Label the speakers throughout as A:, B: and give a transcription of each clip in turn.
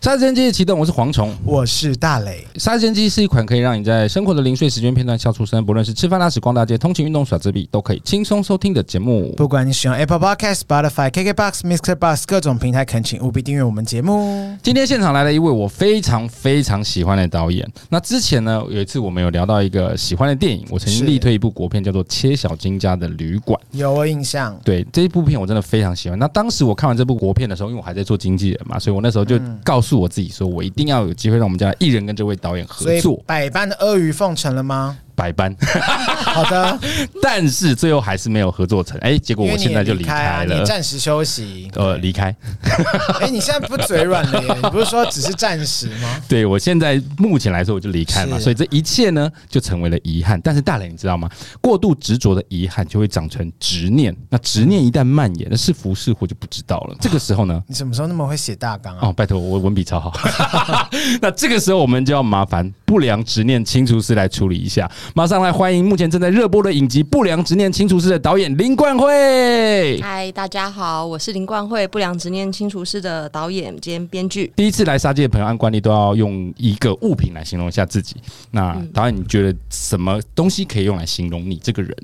A: 杀时间机器启动，我是蝗虫。
B: 我是大磊，
A: 杀时间机是一款可以让你在生活的零碎时间片段笑出声，不论是吃饭、拉屎、逛大街、通勤、运动、耍自闭，都可以轻松收听的节目。
B: 不管你使用 Apple Podcast、Spotify、KKBox、Mr. Box 各种平台，恳请务必订阅我们节目。
A: 今天现场来了一位我非常非常喜欢的导演。那之前呢，有一次我们有聊到一个喜欢的电影，我曾经
B: 是
A: 力推一部国片，叫做《切小金家的旅馆》。
B: 有我印象，
A: 对这一部片，我真的非常喜欢。那当时我看完这部国片的时候，因为我还在做经纪人嘛，所以我那时候就告诉我自己说，我一定要有机会让我们家的艺人跟这位导演
B: 所
A: 合
B: 以
A: 作
B: 百般的阿谀奉承了吗？
A: 百般，
B: 好的，
A: 但是最后还是没有合作成。哎，结果
B: 因
A: 我
B: 为你
A: 现在
B: 也
A: 就
B: 离
A: 离
B: 开啊，
A: 开了
B: 你。暂时休息。
A: 呃，离开。
B: 哎，你现在不嘴软 了耶？你不是说只是暂时吗？
A: 对我现在目前来说，我就离开嘛，
B: 是
A: 所以这一切呢就成为了遗憾。但是大磊，你知道吗？过度执着的遗憾就会长成执念，那执念一旦蔓延，那是福是祸就不知道 了。这个时候呢，
B: 你什么时候那么会写大纲啊？
A: 哦，拜托，我文笔超 好。那这个时候我们就要麻烦不良执念清除师来处理一下。马上来欢迎目前正在热播的影集《不良执念清除师》的导演林冠慧。
C: 嗨，大家好，我是林冠慧，《不良执念清除师》的导演兼编剧。
A: 第一次来杀戒的朋友，按惯例都要用一个物品来形容一下自己。那
C: 嗯
A: 导演，你觉得什么东西可以用来形容你这个人？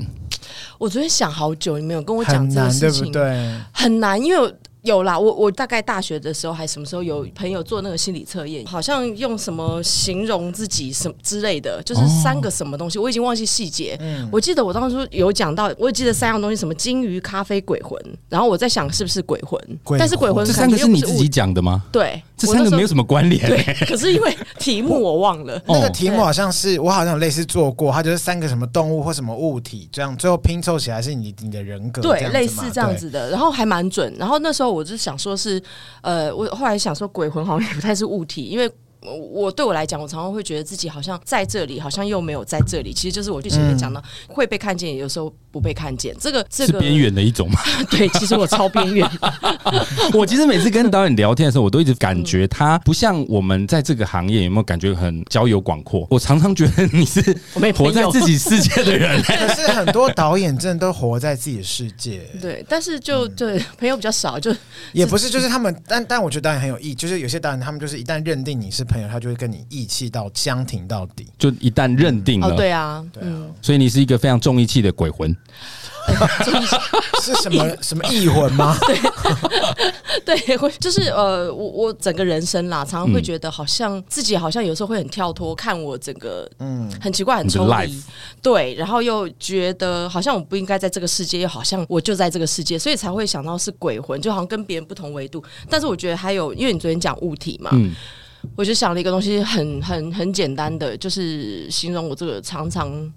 C: 我昨天想好久，你们有
A: 哦
C: 跟我讲
B: 很
C: 这个
B: 难，对
C: 事
B: 不
C: 情，
B: 对？
C: 很难，因为我有啦，我我大概大学的时候还什么时候有朋友做那个心理测验，好像用什么形容自己什么之类的，就是三个什么东西，我已经忘记细
A: 哦
C: 节。
A: 嗯
C: 我记得我当初有讲到，我也记得三样东西，什么金鱼、咖啡、鬼魂。然后我在想是不是鬼魂，
B: 鬼
C: 但是鬼魂
A: 这
C: 感
A: 三个
C: 觉
A: 是
C: 又不
A: 你自
C: 物
A: 己讲的吗？
C: 对，
A: 这
C: 我
A: 三
C: 那
A: 个
C: 时候
A: 没有什么关联、 欸。
C: 对，可是因为题目我忘了。
B: 那个
A: 哦
B: 题目好像是我好像有类似做过，它就是三个什么动物或什么物体，这样最后拼凑起来是你你的人格，
C: 对
B: 这样，子
C: 类
B: 嘛
C: 似这样。子的，然后还蛮准。然后那时候我就想说是，呃，我后来想说鬼魂好像也不太是物体，因为。我我对我来讲，我常常会觉得自己好像在这里，好像又没有在这里。其实就是我之前也讲到，会被看见，有时候不被看见。这个这
A: 嗯是
C: 个
A: 边缘的一 种嘛。
C: 对，其实我超边 缘。
A: 我其实每次跟导演聊天的时候，我都一直感觉他不像我们在这个行业有没有感觉很交友广阔。我常常觉得你是
C: 我没朋
A: 活
C: 友
A: 在自己世界的 人、
B: 对可是很多导演真的都活在自己的世 界，
C: 对，但是就
A: 嗯
C: 对朋友比较少，就
B: 也不是，就是他们，但但我觉得导演很有意，就是有些导演他们就是一旦认定你是朋友，他就会跟你义气到相挺到底。
A: 就一旦认定了。
C: 哦，对啊，
B: 对啊，
C: 嗯，
A: 所以你是一个非常重义气的鬼魂，
B: 是什 么什么义魂吗？
C: 对，会就是呃，我我整个人生啦，常
A: 嗯
C: 常会觉得好像自己好像有时候会很跳脱，看我整个嗯很奇怪很
A: 你的
C: 抽
A: life
C: 离，对，然后又觉得好像我不应该在这个世界，又好像我就在这个世界，所以才会想到是鬼魂，就好像跟别人不同维度。但是我觉得还有，因为你昨天讲物体嘛，
A: 嗯，
C: 我就想了一个东西很很很简单的，就是形容我这个常常。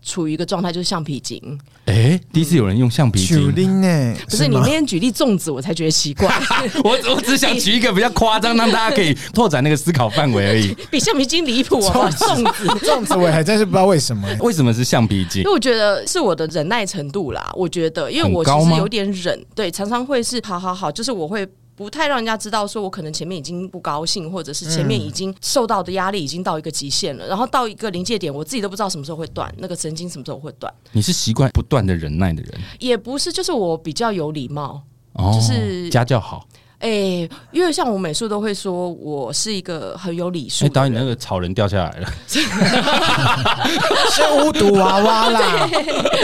C: 处于一个状态就是橡皮筋，
A: 哎、第一次有人用橡皮
B: 九
A: 筋，
B: 零呢？
C: 不是你
B: 吗
C: 那？天举例粽子，我才觉得 奇怪，
A: 我我只想举一个比较夸张，让大家可以拓展那个思考范围 而已。
C: 比橡皮筋离谱啊！粽子，
B: 粽子我还真是不知道为什么、 欸。
A: 为什么是橡皮筋
C: 因为？我觉得是我的忍耐程度啦，我觉得，因为我
A: 很
C: 其
A: 高吗
C: 实有点忍，对，常常会是好好好，就是我会。不太让人家知道，说我可能前面已经不高兴，或者是前
A: 嗯
C: 面已经受到的压力已经到一个极限了，然后到一个临界点，我自己都不知道什么时候会断，那个神经什么时候会断，
A: 你是习惯不断的忍耐的人，
C: 也不是，就是我比较有礼貌，
A: 哦
C: 就是
A: 家教好。
C: 诶，因为像我美术都会说我是一个很有礼
A: 哎、
C: 数的
A: 导演，
C: 人，
A: 你那个草人掉下来了，
B: 是巫毒娃娃啦，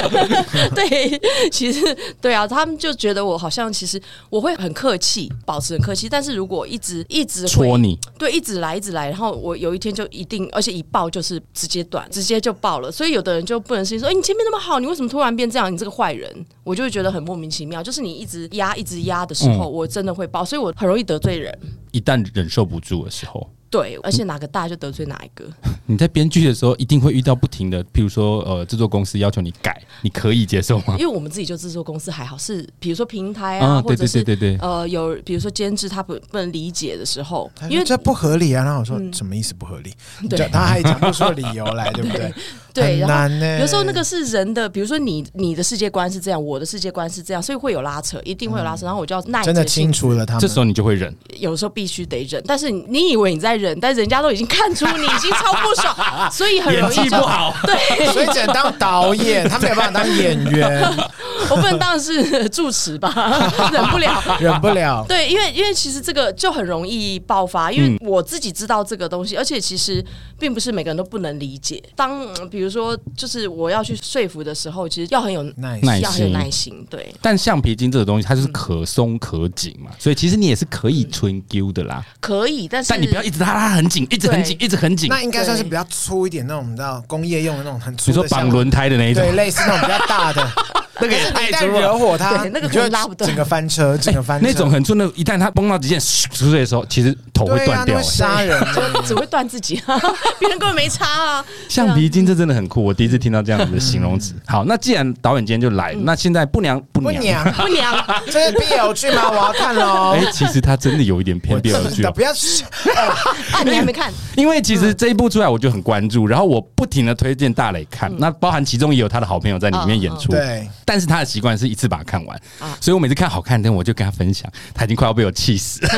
C: 对，其实对啊，他们就觉得我好像其实我会很客气，保持很客气，但是如果一直一直会
A: 戳你，
C: 对，一直来，一直来，然后我有一天就一定，而且一爆就是直接断，直接就爆了。所以有的人就不能适应，说：“哎、你前面那么好，你为什么突然变这样？你这个坏人！”我就会觉得很莫名其妙。就是你一直压，一直压的时候，
A: 嗯
C: 我真的会爆，所以我很容易得罪人。
A: 一旦忍受不住的时候，
C: 对，而且哪个大就得罪哪一个。
A: 你在编剧的时候一定会遇到不停的，譬如说呃，制作公司要求你改，你可以接受吗
C: 因？为我们自己就制作公司还好，是比如说平台啊，
A: 啊，
C: 或
A: 对
C: 者
A: 对
C: 是
A: 对对对，
C: 呃有比如说监制他不不能理解的时候，
B: 因
C: 因
B: 为
C: 为嗯
B: 这不合理啊。然后我说、什么意思不合理？
C: 对
B: 就他还讲不出理由 来，对不对？
C: 对，
B: 很
C: 然后
B: 难呢、
C: 有时候那个是人的，比如说你你的世界观是这样，我的世界观是这样，所以会有拉扯，一定会有拉扯。然后我就要耐
B: 嗯真的
C: 着性
B: 清除了他们。
A: 这时候你就会忍。
C: 子，有时候必须得忍。但是你你以为你在忍，但人家都已经看出你已经超不 爽，所以很容易就
A: 好，
C: 对。
B: 所以只能当导演，他没有办法当演员。
C: 我不能当是 住持吧，忍不了。
B: 忍不 了。
C: 对，因为因为其实这个就很容易爆发，因为我自己知道这个东西，而且其实并不是每个人都不能理解。当嗯比如说，就是我要去说服的时候，其实要很有
B: nice，
A: 心
C: 要很有耐心。对，
A: 但橡皮筋这个东西，它就是可松可紧嘛，所以其实你也是可以春丢的啦。
C: 可以，嗯但是
A: 但你不要一直拉拉很紧，一直很紧，一直很紧。
B: 那应该算是
C: 对
B: 比较粗一点那种，你知道工业用的那种很粗
A: 比如
B: 的，
A: 说绑轮胎的那一
B: 像，
A: 种
B: 对，，类似那种比较大的。
A: 那个也
B: 但是
A: 太
B: 一旦
A: 粗
B: 惹
A: 了。
B: 火它，
C: 对那个
B: 你就会
C: 可能拉不断
B: 整个翻车，整个翻车。
A: 那种很粗的，一旦它崩到极限咻出去的时候，其实头会
B: 对啊
A: 断掉欸
B: 那会。杀人的。
C: 就只会断自己，啊 别人根本没差啊。
A: 橡皮筋这真的很酷，我第一次听到这样子的形容词。好，那既然导演今天就来，那现在不娘 不
B: 嗯不
A: 娘，
B: 娘，
C: 不娘，啊
B: 这是 BL 剧吗？我要看喽
A: 哎。，其实他真的有一点偏 BL 剧
B: 的，
A: 哦，
B: 不要
C: 啊，你还没看？
A: 因为其实这一部出来我就很关注，然后我不停的推荐大磊看，
B: 嗯
A: 那包含其中也有他的好朋友在里面演出，
B: 对，
A: 但是他的习惯是一次把它看完
C: 啊，
A: 所以我每次看好看的，我就跟他分享，他已经快要被我气死 了。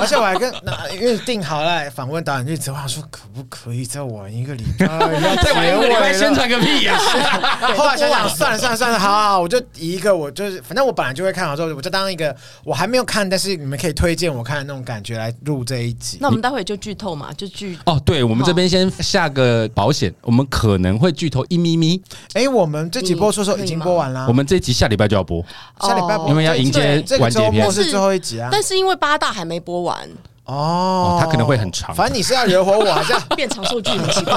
B: 而且我还跟那因为定好了访问导演日子，我想说可不可以再晚一个礼 拜，要
A: 再玩一个礼拜宣传个屁呀、啊
B: 后来想想，算了算了算了，好好，好我就以一个我就是，反正我本来就会看好之后，我就当一个我还没有看，但是你们可以推荐我看的那种感觉来录这一集。
C: 那我们待会就剧透嘛，就剧
A: 哦，对，我们这边先下个保险，我们可能会剧透一咪咪，
B: 哎、我们这集播出的时候已经播完啦，
A: 我们这集下礼拜就要播，
B: 下礼拜播
C: 哦
A: 因为要迎接哦
C: 对
B: 这个
A: 完结
B: 周
A: 篇
B: 末。哦是最后一集啊。
C: 但是因为八大还没播完，
B: 哦
A: 哦，它可能会很长
B: 反正你是要惹火我，还啊 是要
C: 变长寿剧很奇怪。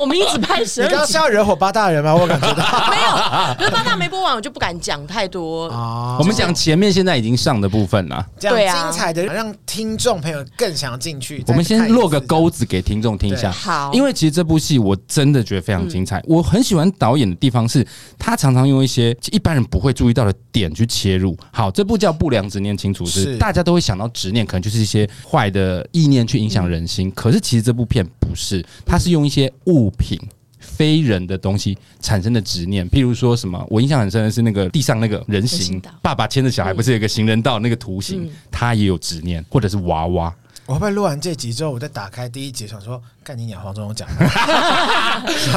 C: 我们一直拍十
B: 你刚
C: 二
B: 刚
C: 集
B: 是，要惹火八大人吗？我感觉到
C: 没有，因为八大没播完，我就不敢讲太多。
B: 啊
A: 哦我们讲前面现在已经上的部分啦，
B: 讲
C: 对啊
B: 精彩的，让听众朋友更想进去。
A: 我们
B: 再
A: 先
B: 看一次
A: 落个，钩子给听众听一下。
C: 好，
A: 因
C: 为
A: 为其实这部戏我真的觉得非常精彩，我很喜欢导演的地方是，他常常用一些一般人不会注意到的点去切入。好，这部叫《不良执念清除师
B: 是》，
A: 大家都会想到执念可能就是一些坏的意念去影响人心，可是其实这部片不是，它是用一些物品。非人的东西产生的执念，譬如说什么，我印象很深的是那个地上那个人
C: 人行
A: 形
C: 道，
A: 爸爸牵着小孩，不是有一个行人道那个图形，他也有执念，或者是娃娃，
B: 我会不会录完这集之后，我再打开第一集，想说干你鸟黄总讲，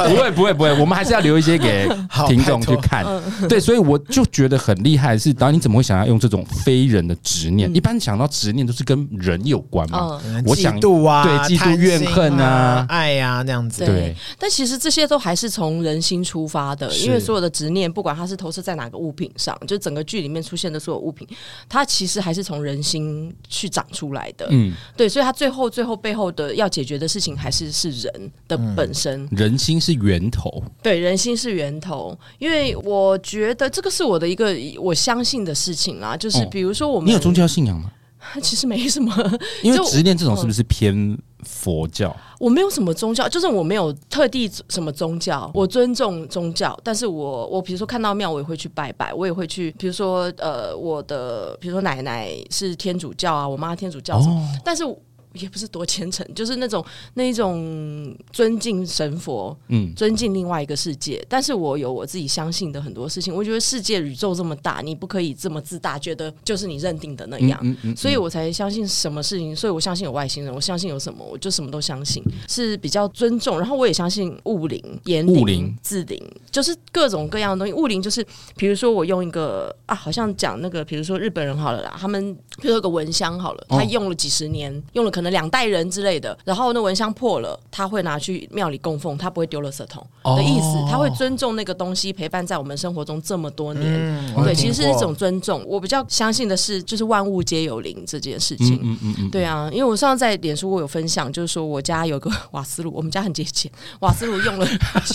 A: 不会不会不会，我们还是要留一些给
B: 好
A: 听众
B: 拜
A: 去
B: 托
A: 看。
C: 嗯
A: 对，所以我就觉得很厉害的是，导演你怎么会想要用这种非人的执念？一般想到执念都是跟人有关嘛，
C: 嗯
A: 我
B: 嫉
A: 想
B: 妒啊，
A: 对嫉妒
B: 贪心
A: 怨恨啊
B: 啊，爱呀那样子。
C: 对
A: 对
C: 但其实这些都还是从人心出发的，
A: 是
C: 因为所有的执念，不管它是投射在哪个物品上，就整个剧里面出现的所有物品，它其实还是从人心去长出来的。
A: 嗯，
C: 对，所以它最后最后背后的要解决的事情，还是是人的本身。
A: 人心是源头，
C: 对，人心是源头，因为我觉得这个是我的一个我相信的事情啦，就是
A: 哦
C: 比如说我们、
A: 你有宗教信仰吗？
C: 其实没什么，
A: 因为
C: 就嗯
A: 执念这种是不是偏佛教？
C: 我没有什么宗教，就是我没有特地什么宗教，我尊重宗教，但是我我比如说看到庙，我也会去拜拜，我也会去，比如说呃，我的比如说奶奶是天主教啊，我妈天主教什么，
A: 哦，
C: 但是我也不是多虔诚，就是那种那一种尊敬神佛，
A: 嗯，
C: 尊敬另外一个世界，但是我有我自己相信的很多事情。我觉得世界宇宙这么大，你不可以这么自大，觉得就是你认定的那样。
A: 嗯嗯
C: 所以我才相信什么事情，所以我相信有外星人，我相信有什么，我就什么都相信，是比较尊重。然后我也相信物灵、言
A: 物灵
C: 灵、字灵，就是各种各样的东西。物灵就是，比如说我用一个啊，好像讲那个，比如说日本人好了啦，他们比如说有个蚊香好了，
A: 哦
C: 他用了几十年，用了可能两代人之类的，然后那蚊香破了，他会拿去庙里供奉，他不会丢垃圾桶的意思，
A: 哦
C: 他会尊重那个东西陪伴在我们生活中这么多年。
B: 嗯
C: 对，其实是一种尊重。我比较相信的是，就是万物皆有灵这件事情。
A: 嗯嗯嗯，
C: 对啊，因为我上次在脸书我有分享，就是说我家有个瓦斯炉，我们家很节俭， 瓦斯 炉用了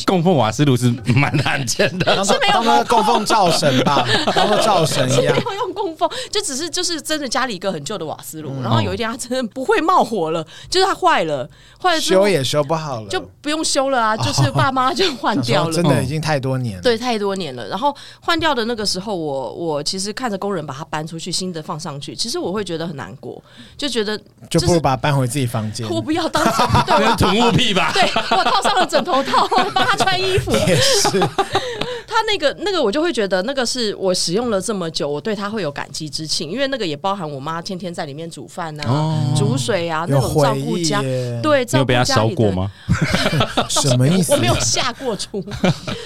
A: 供奉瓦斯炉是 蛮罕见的。
B: 当做当做供奉灶神吧，当做灶神一 样
C: 没。有用供奉，就只是就是真的家里一个很旧的瓦斯炉，
B: 嗯
C: 然后有一
B: 哦
C: 天它真的不会冒火了，就是它坏了，坏了之后
B: 修也修不好了，
C: 就不用修了啊，就是爸妈就换掉了
B: 想说真。
A: 嗯
B: 的已经太多年了。
C: 对，太多年了。然后换掉的那个时候我，我其实看着工人把它搬出去，新的放上去，其实我会觉得很难过，就觉得
B: 就
C: 就
B: 不
C: 是
B: 如把它搬回自己房间。
C: 我不要当枕头， 对
A: 那是
C: 我
A: 土木屁吧？
C: 对我套上了枕头套，帮他穿衣服，
B: 也是，
C: 他那个那个，我就会觉得那个是我使用了这么久，我对他会有感激之情，因为那个也包含我妈天天在里面煮饭啊、
A: 哦
C: 煮水啊，那
B: 有
C: 种照
B: 回
C: 顾
B: 忆
C: 家，
B: 耶，
C: 对，
A: 你
C: 照
A: 有
C: 顾
A: 被
C: 家
A: 他
C: 里
A: 烧
C: 的
A: 过吗？
B: 什么意思？
C: 我没有下 过厨，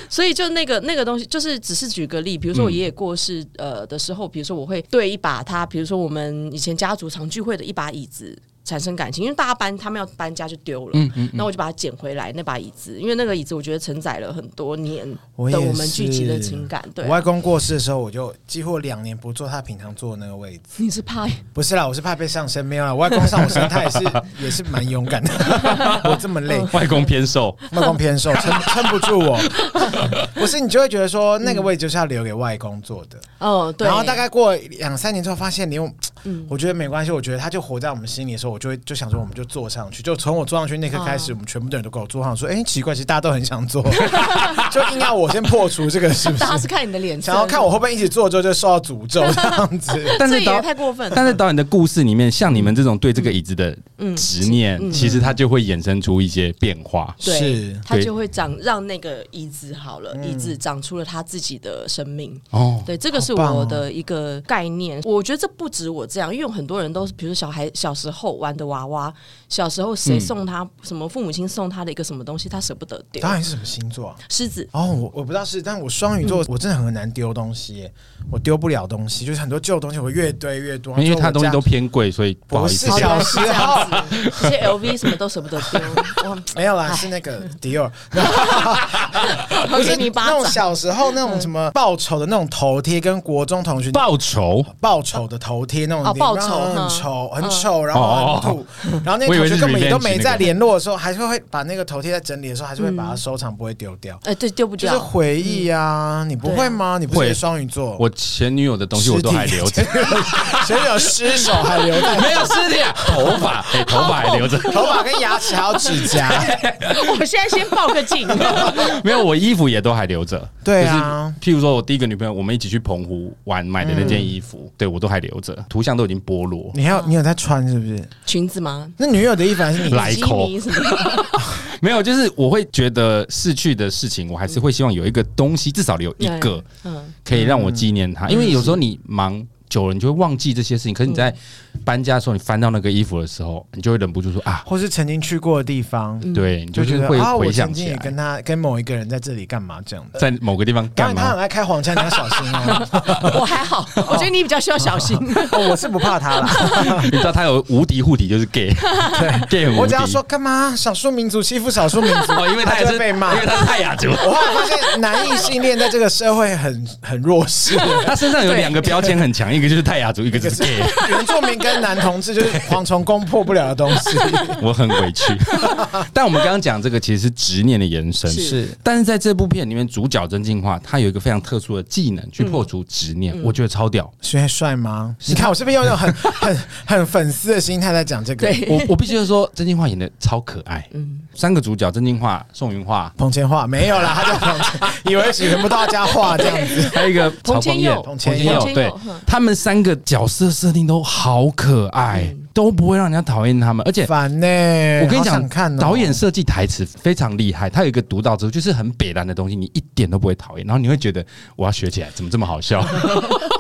C: 所以就那个那个东西，就是只是举个例，比如说
B: 嗯
C: 我爷爷过世、呃的时候，比如说我会对一把他，比如说我们以前家族常聚会的一把椅子。产生感情，因为大家搬，他们要搬家就丢了，
B: 嗯
C: 那、我就把它捡回来那把椅子，因为那个椅子我觉得承载了很多年
B: 我
C: 的
B: 也
C: 我们聚集的
B: 是
C: 情感。对
B: 我，外公过世的时候，我就几乎两年不坐他平常坐的那个位置。
C: 你是怕
B: 不是啦，我是怕被上身，没有啦。我外公上我身，他也是 也是蛮勇敢的。 我这么累，
A: 外公偏瘦，
B: 外公偏瘦，撑撑不住 我。不是，你就会觉得说那个位置就是要留给外公坐的。
C: 哦，对，
B: 然后大概过两三年之后，发现连我，
C: 嗯
B: 我觉得没关系，我觉得他就活在我们心里的时候，我就会就想说，我们就坐上去。就从我坐上去那刻开始，
C: 哦
B: 我们全部的人都给我坐上，说，哎、奇怪，其实大家都很想 坐，就硬要我先破除这个，是不是
C: 大？家是看你的脸色，
B: 想要看我会不会一起坐之后就受到诅咒这样子？
A: 但
C: 这
A: 是
C: 也
A: 导
C: 太过分了。
A: 但是导演的故事里面，像你们这种对这个椅子的
C: 嗯，
A: 执念，其实它就会衍生出一些变化。
C: 对
B: 是嗯
C: 它
A: 对
C: 就会长让那个椅子好了，椅子长出了它自己的生命。
A: 哦，
C: 对，这个是
B: 好棒哦
C: 我的一个概念。我觉得这不止我这样，因为有很多人都是，比如小孩小时候玩的娃娃，小时候谁
A: 嗯
C: 送他、什么，父母亲送他的一个什么东西，他舍不得丢
B: 导。演是什么星座啊？
C: 狮子，
B: 哦，我我不知道是，但我双鱼座，
C: 嗯
B: 我真的很难丢东西耶，我丢不了东西，就是很多旧东西我越堆越多，
A: 因为
B: 就我
A: 它东西
B: 家
A: 都偏贵，所以不好意思
B: 不。是小
C: 是
B: 时候
C: 这样子，这些 LV 什么都舍不得丢。我
B: 没有啦，是那个迪 奥，
C: 我哎给你一巴
B: 那种
C: 掌。嗯
B: 小时候那种什么报仇的那种头贴，跟国中同学
A: 报仇，
B: 报仇的头贴那种
C: 嗯哦
B: 脸，
C: 报
B: 然
C: 仇
B: 后
C: 嗯
B: 很丑，很丑，然后很土，然后那
A: 哦我
B: 个
A: 以
B: 同
A: 为
B: 学
A: 是
B: 根本也都
A: revenge
B: 没
A: 那
B: 在
A: 个
B: 联络的时候，还是会把那个头贴在整理的时候，还是会把它收藏，不会丢掉，
C: 哎、对，丢不
B: 就是
C: 掉。
B: 回忆啊，
C: 嗯
B: 你不会吗？你不
A: 会
B: 是双鱼座？
A: 我前女友的东西我都还 留着，
B: 谁有失手还 留在
A: 没有尸 体啊，头发，哎，头发还留着，
B: 头发跟牙齿还有 指甲，
C: 我现在先报个警。
A: 没有，我衣服也都还留着。
B: 对啊，
A: 就是譬如说我第一个女朋友，我们一起去澎湖玩买的那件衣
B: 嗯
A: 服，对我都还留着，图像都已经剥落。
B: 你还有你有在穿是不是？裙
C: 子吗？
B: 那女友的衣服还是你？
A: 来
C: 基
A: 口
C: 尼什么的？
A: 没有，就是我会觉得逝去的事情，我还是会希望有一个东西，至少留一个
C: 嗯，
A: 可以让我纪念
B: 嗯
A: 它。因为有时候你忙久了，你就会忘记这些事情。可是你在
B: 嗯
A: 搬家的时候，你翻到那个衣服的时候，你就会忍不住说啊，
B: 或是曾经去过的地方，
A: 对，你
B: 嗯就
A: 就是
B: 觉得
A: 会
B: 啊，我
A: 回
B: 曾
A: 想
B: 经
A: 起
B: 也
A: 来
B: 跟，他跟某一个人在这里干嘛这样的。
A: 在某个地方
B: 当然
A: 干
B: 他
A: 嘛
B: 很？爱开黄腔，你要小心 哦。
C: 我还好，我觉得你比较需要 小心。
B: 哦我是不怕他啦，
A: 你知道他有无敌护体，就是 gay，gay 很无
B: 我
A: 敌
B: 只要。说干嘛？少数民族欺负少数民族，
A: 哦，因为他也
B: 就是会被骂
A: 因。为他是泰 雅族，
B: 我后来发现男异性恋在这个社会很很 弱势，
A: 他身上有两个标签很强，一个就是泰雅族，一个就是 gay，
B: 原住民跟男同志就是蝗虫攻破不了的东 西。
A: 我很委屈。 但我们刚刚讲这个其实是执念的延伸，
C: 是
A: 但是在这部片里面，主角真进化他有一个非常特殊的技能
B: 嗯
A: 去破除执念，我觉得超屌。
B: 学帅吗？你看我是不是用那种很很很粉丝的心态在讲这个？
C: 对，
A: 我我必须说，真进化演的超可爱。
C: 嗯
A: 三个主角，真进化、宋云 画，
B: 彭千画没有啦，他叫彭千，以为全部都要加画这样子。
A: 还有一个
C: 彭
A: 曹
C: 千
A: 光
C: 佑
A: 彦、
B: 彭千
A: 千
B: 佑
C: 彭千
A: 对
C: 佑嗯
A: 他们三个角色设定都好可爱，
C: 嗯
A: 都不会让人家讨厌他们，而且。
B: 烦呢、
A: 我跟你
B: 好想
A: 讲，
B: 看哦
A: 导演设计台词非常厉害，他有一个独到之处，就是很北兰的东西，你一点都不会讨厌，然后你会觉得我要学起来，怎么这么好 笑？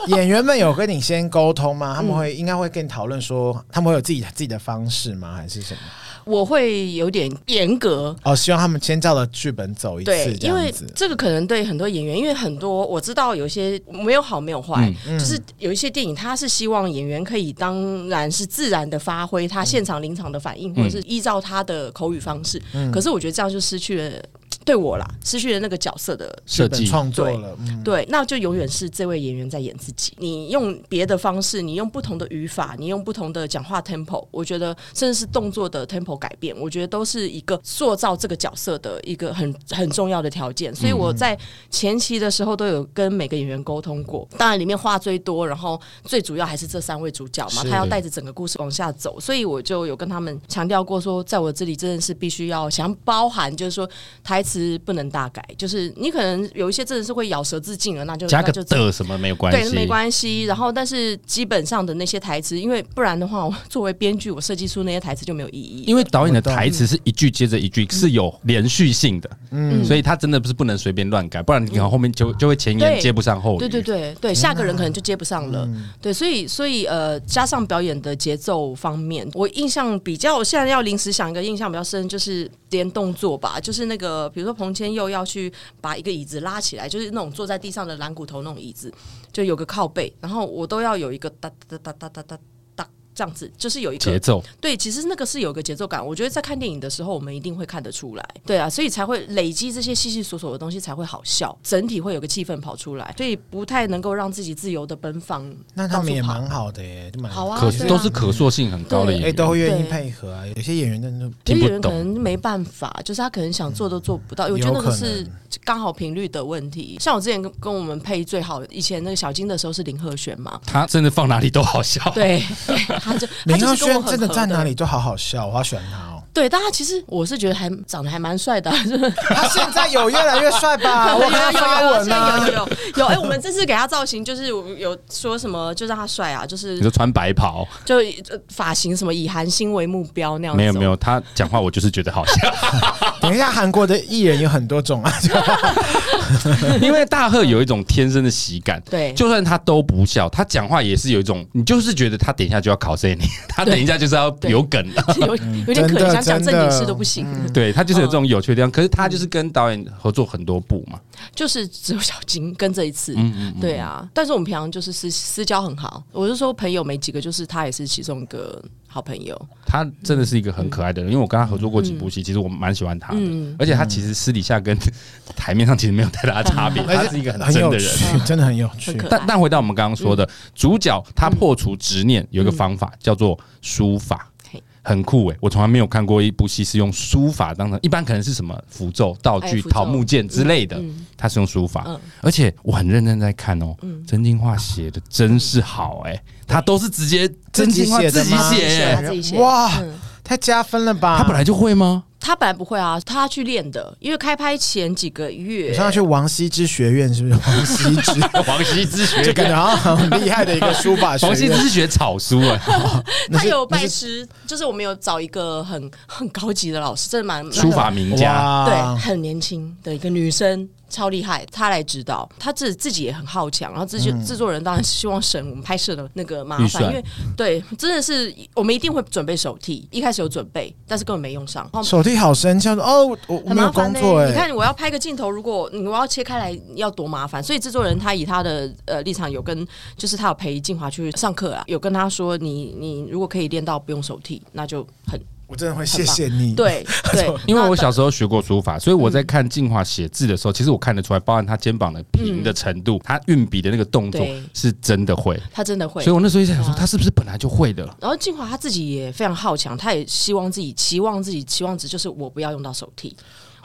B: 演员们有跟你先沟通吗？他们会、应该会跟你讨论说，他们会有自己自己的方式吗？还是什么？
C: 我会有点严格。
B: 哦，希望他们先照着剧本走一
C: 对
B: 次，这
C: 因为
B: 样子。
C: 这个可能对很多演员，因为很多我知道有些没有好没有坏，
B: 嗯
C: 就是有一些电影它是希望演员可以当然是自然的发挥他现场临场的反应，
B: 嗯
C: 或者是依照他的口语方式。可是我觉得这样就失去了对我啦，失去了那个角色的
A: 设
B: 本
A: 计
B: 创作了，嗯，
C: 对，那就永远是这位演员在演自己。你用别的方式，你用不同的语法，你用不同的讲话 tempo，我觉得甚至是动作的 tempo 改变，我觉得都是一个塑造这个角色的一个很很重要的条件。所以我在前期的时候都有跟每个演员沟通过，当然里面话最多，然后最主要还是这三位主角嘛，
B: 是
C: 他要带着整个故事往下走，所以我就有跟他们强调过说，在我这里真的是必须要想包含，就是说台词。词不能大改，就是你可能有一些真的是会咬舌自尽了，那就
A: 加
C: 那
A: 个
C: 就
A: 的什么没有关
C: 对，
A: 系，
C: 没关系。然后，但是基本上的那些台词，因为不然的话，我作为编剧，我设计出那些台词就没有意义。
A: 因为导演的台词是一句接着一
C: 嗯
A: 句，是有连续性的，嗯，所以他真的不是不能随便乱改，不然你可能后面就就会前言
C: 对
A: 接不上后语。
C: 对对对对，下个人可能就接不上了。对，所以所以呃，加上表演的节奏方面，我印象比较现在要临时想一个印象比较深，就是连动作吧，就是那个比如说彭千佑要去把一个椅子拉起来，就是那种坐在地上的蓝骨头那种椅子，就有个靠背，然后我都要有一个哒哒哒哒哒哒哒这样子，就是有一个
A: 节奏
C: 对，其实那个是有一个节奏感，我觉得在看电影的时候，我们一定会看得出来，对啊，所以才会累积这些细细琐琐的东西，才会好笑，整体会有个气氛跑出来，所以不太能够让自己自由的奔放。
B: 那他们也
C: 到处跑
B: 蛮好的耶，就蛮
C: 好啊，
A: 可
C: 对啊
A: 都是可塑性很高的演
B: 哎、
A: 员，
B: 都会愿意
C: 对
B: 配合啊。有些演员真的
A: 听不
C: 有些人可
A: 懂
C: 能没办法，就是他可能想
B: 嗯
C: 做都做不到。我觉得那个是刚好频率的问题。像我之前跟跟我们配最好，以前那个小金的时候是林鹤轩嘛，
A: 他真的放哪里都好笑。
C: 对， 对他就他
B: 哦林
C: 就
B: 浩
C: 是跟我
B: 轩
C: 很
B: 真的
C: 合
B: 在哪里都好好笑，我好喜欢他哦。
C: 对，但他其实我是觉得还长得还蛮帅的啊、就是
B: 他现在有越来越帅 吧？我看他发文
C: 有有
B: 啊，
C: 有有哎，我们这次给他造型就是有说什么就让他帅啊，就是
A: 你就穿白袍，
C: 就呃发型什么以韩星为目标那样子。哦
A: 没有没有，他讲话我就是觉得好笑，
B: 等一下，韩国的艺人有很多种啊，就
A: 因为大贺有一种天生的喜感，
C: 对
A: 就算他都不笑，他讲话也是有一种，你就是觉得他等一下就要考试你，他等一下就是要有梗的，
C: 有有点可
B: 真的
C: 怜，想讲正
B: 真
C: 经
B: 的
C: 事都不行，
A: 对他就是有这
C: 哦
A: 种有趣的地方。可是他就是跟导演合作很多部嘛，
C: 就是只有小金跟这一次。
A: 嗯
C: 对啊，但是我们平常就是私私交很好，我是说朋友没几个，就是他也是其中一个好朋友。
A: 他真的是一个很可爱的人，因为我跟他合作过
C: 嗯
A: 几部戏，其实我蛮喜欢他的，而且他其实私底下跟 台面上其实没有太大的差 别，
C: 哎
A: 他是一个很真
B: 有
A: 的人。
B: 趣，真的很有趣
C: 很。可爱
A: 但但回到我们刚刚说
C: 嗯
A: 的，主角他破除执念有一个方法叫做书法
C: 嘿。
A: 很酷诶、欸我从来没有看过一部戏是用书法当成，一般可能是什么符咒、道
C: 哎
A: 具、
C: 符咒
A: 桃木剑之类的，他是用书法，
C: 嗯
A: 而且我很认真在看哦，真心话写的真是好诶、他都是直接真心话自
B: 自己
A: 己
B: 写的吗
A: 写
C: 是
A: 欸、
C: 啊他自己写。
B: 哇
C: 嗯，
B: 太加分了吧？
A: 他本来就会吗？
C: 他本来不会啊，他去练的，因为开拍前几个月
B: 你，上去王羲之学院 是不是？王羲之
A: 王羲之
B: 就
A: 学
B: 感觉好像很厉害的一个书法学
A: 王羲之
B: 院。
A: 是学草书 哎、
B: 那
C: 他
B: 是
C: 有
B: 那
C: 拜
B: 是
C: 师，就是我们有找一个很很高级的老师，真的蛮蛮
A: 书法名家。
B: 哇
C: 对，，很年轻的一个女生，超厉害，她来指导，她自自己也很好强，然后制制作人当然是希望省我们拍摄的那个麻
A: 嗯预
C: 烦，
A: 算
C: 因为对，真的是我们一定会准备手替，一开始有准备，但是根本没用上。然后
B: 手机好生气，他说哦，我我我
C: 很
B: 没
C: 麻
B: 有
C: 烦
B: 工
C: 呢、
B: 作
A: 欸
C: 你
B: 哎。
C: 看我要拍个镜头，如果你我要切开来，要多麻烦。所以制作人他以他的呃立场有跟，就是他有陪静华去上课啊，有跟他说你你如果可以练到不用手替，那就很
B: 我真的会谢谢 你。，
C: 对对，
A: 因为我
C: 那
A: 小时候学过书法，所以我在看静华写字的时候，其实我看得出来，包含他肩膀的平的程度，他运笔的那个动作
C: 对
A: 是真的会。
C: 他真的会嗯
A: 所以。我那时候一直想说，
C: 哇
A: 他是不是本来就会的？
C: 然后静华他自己也非常好强，他也希望自己期望自己期望值就是我不要用到手替。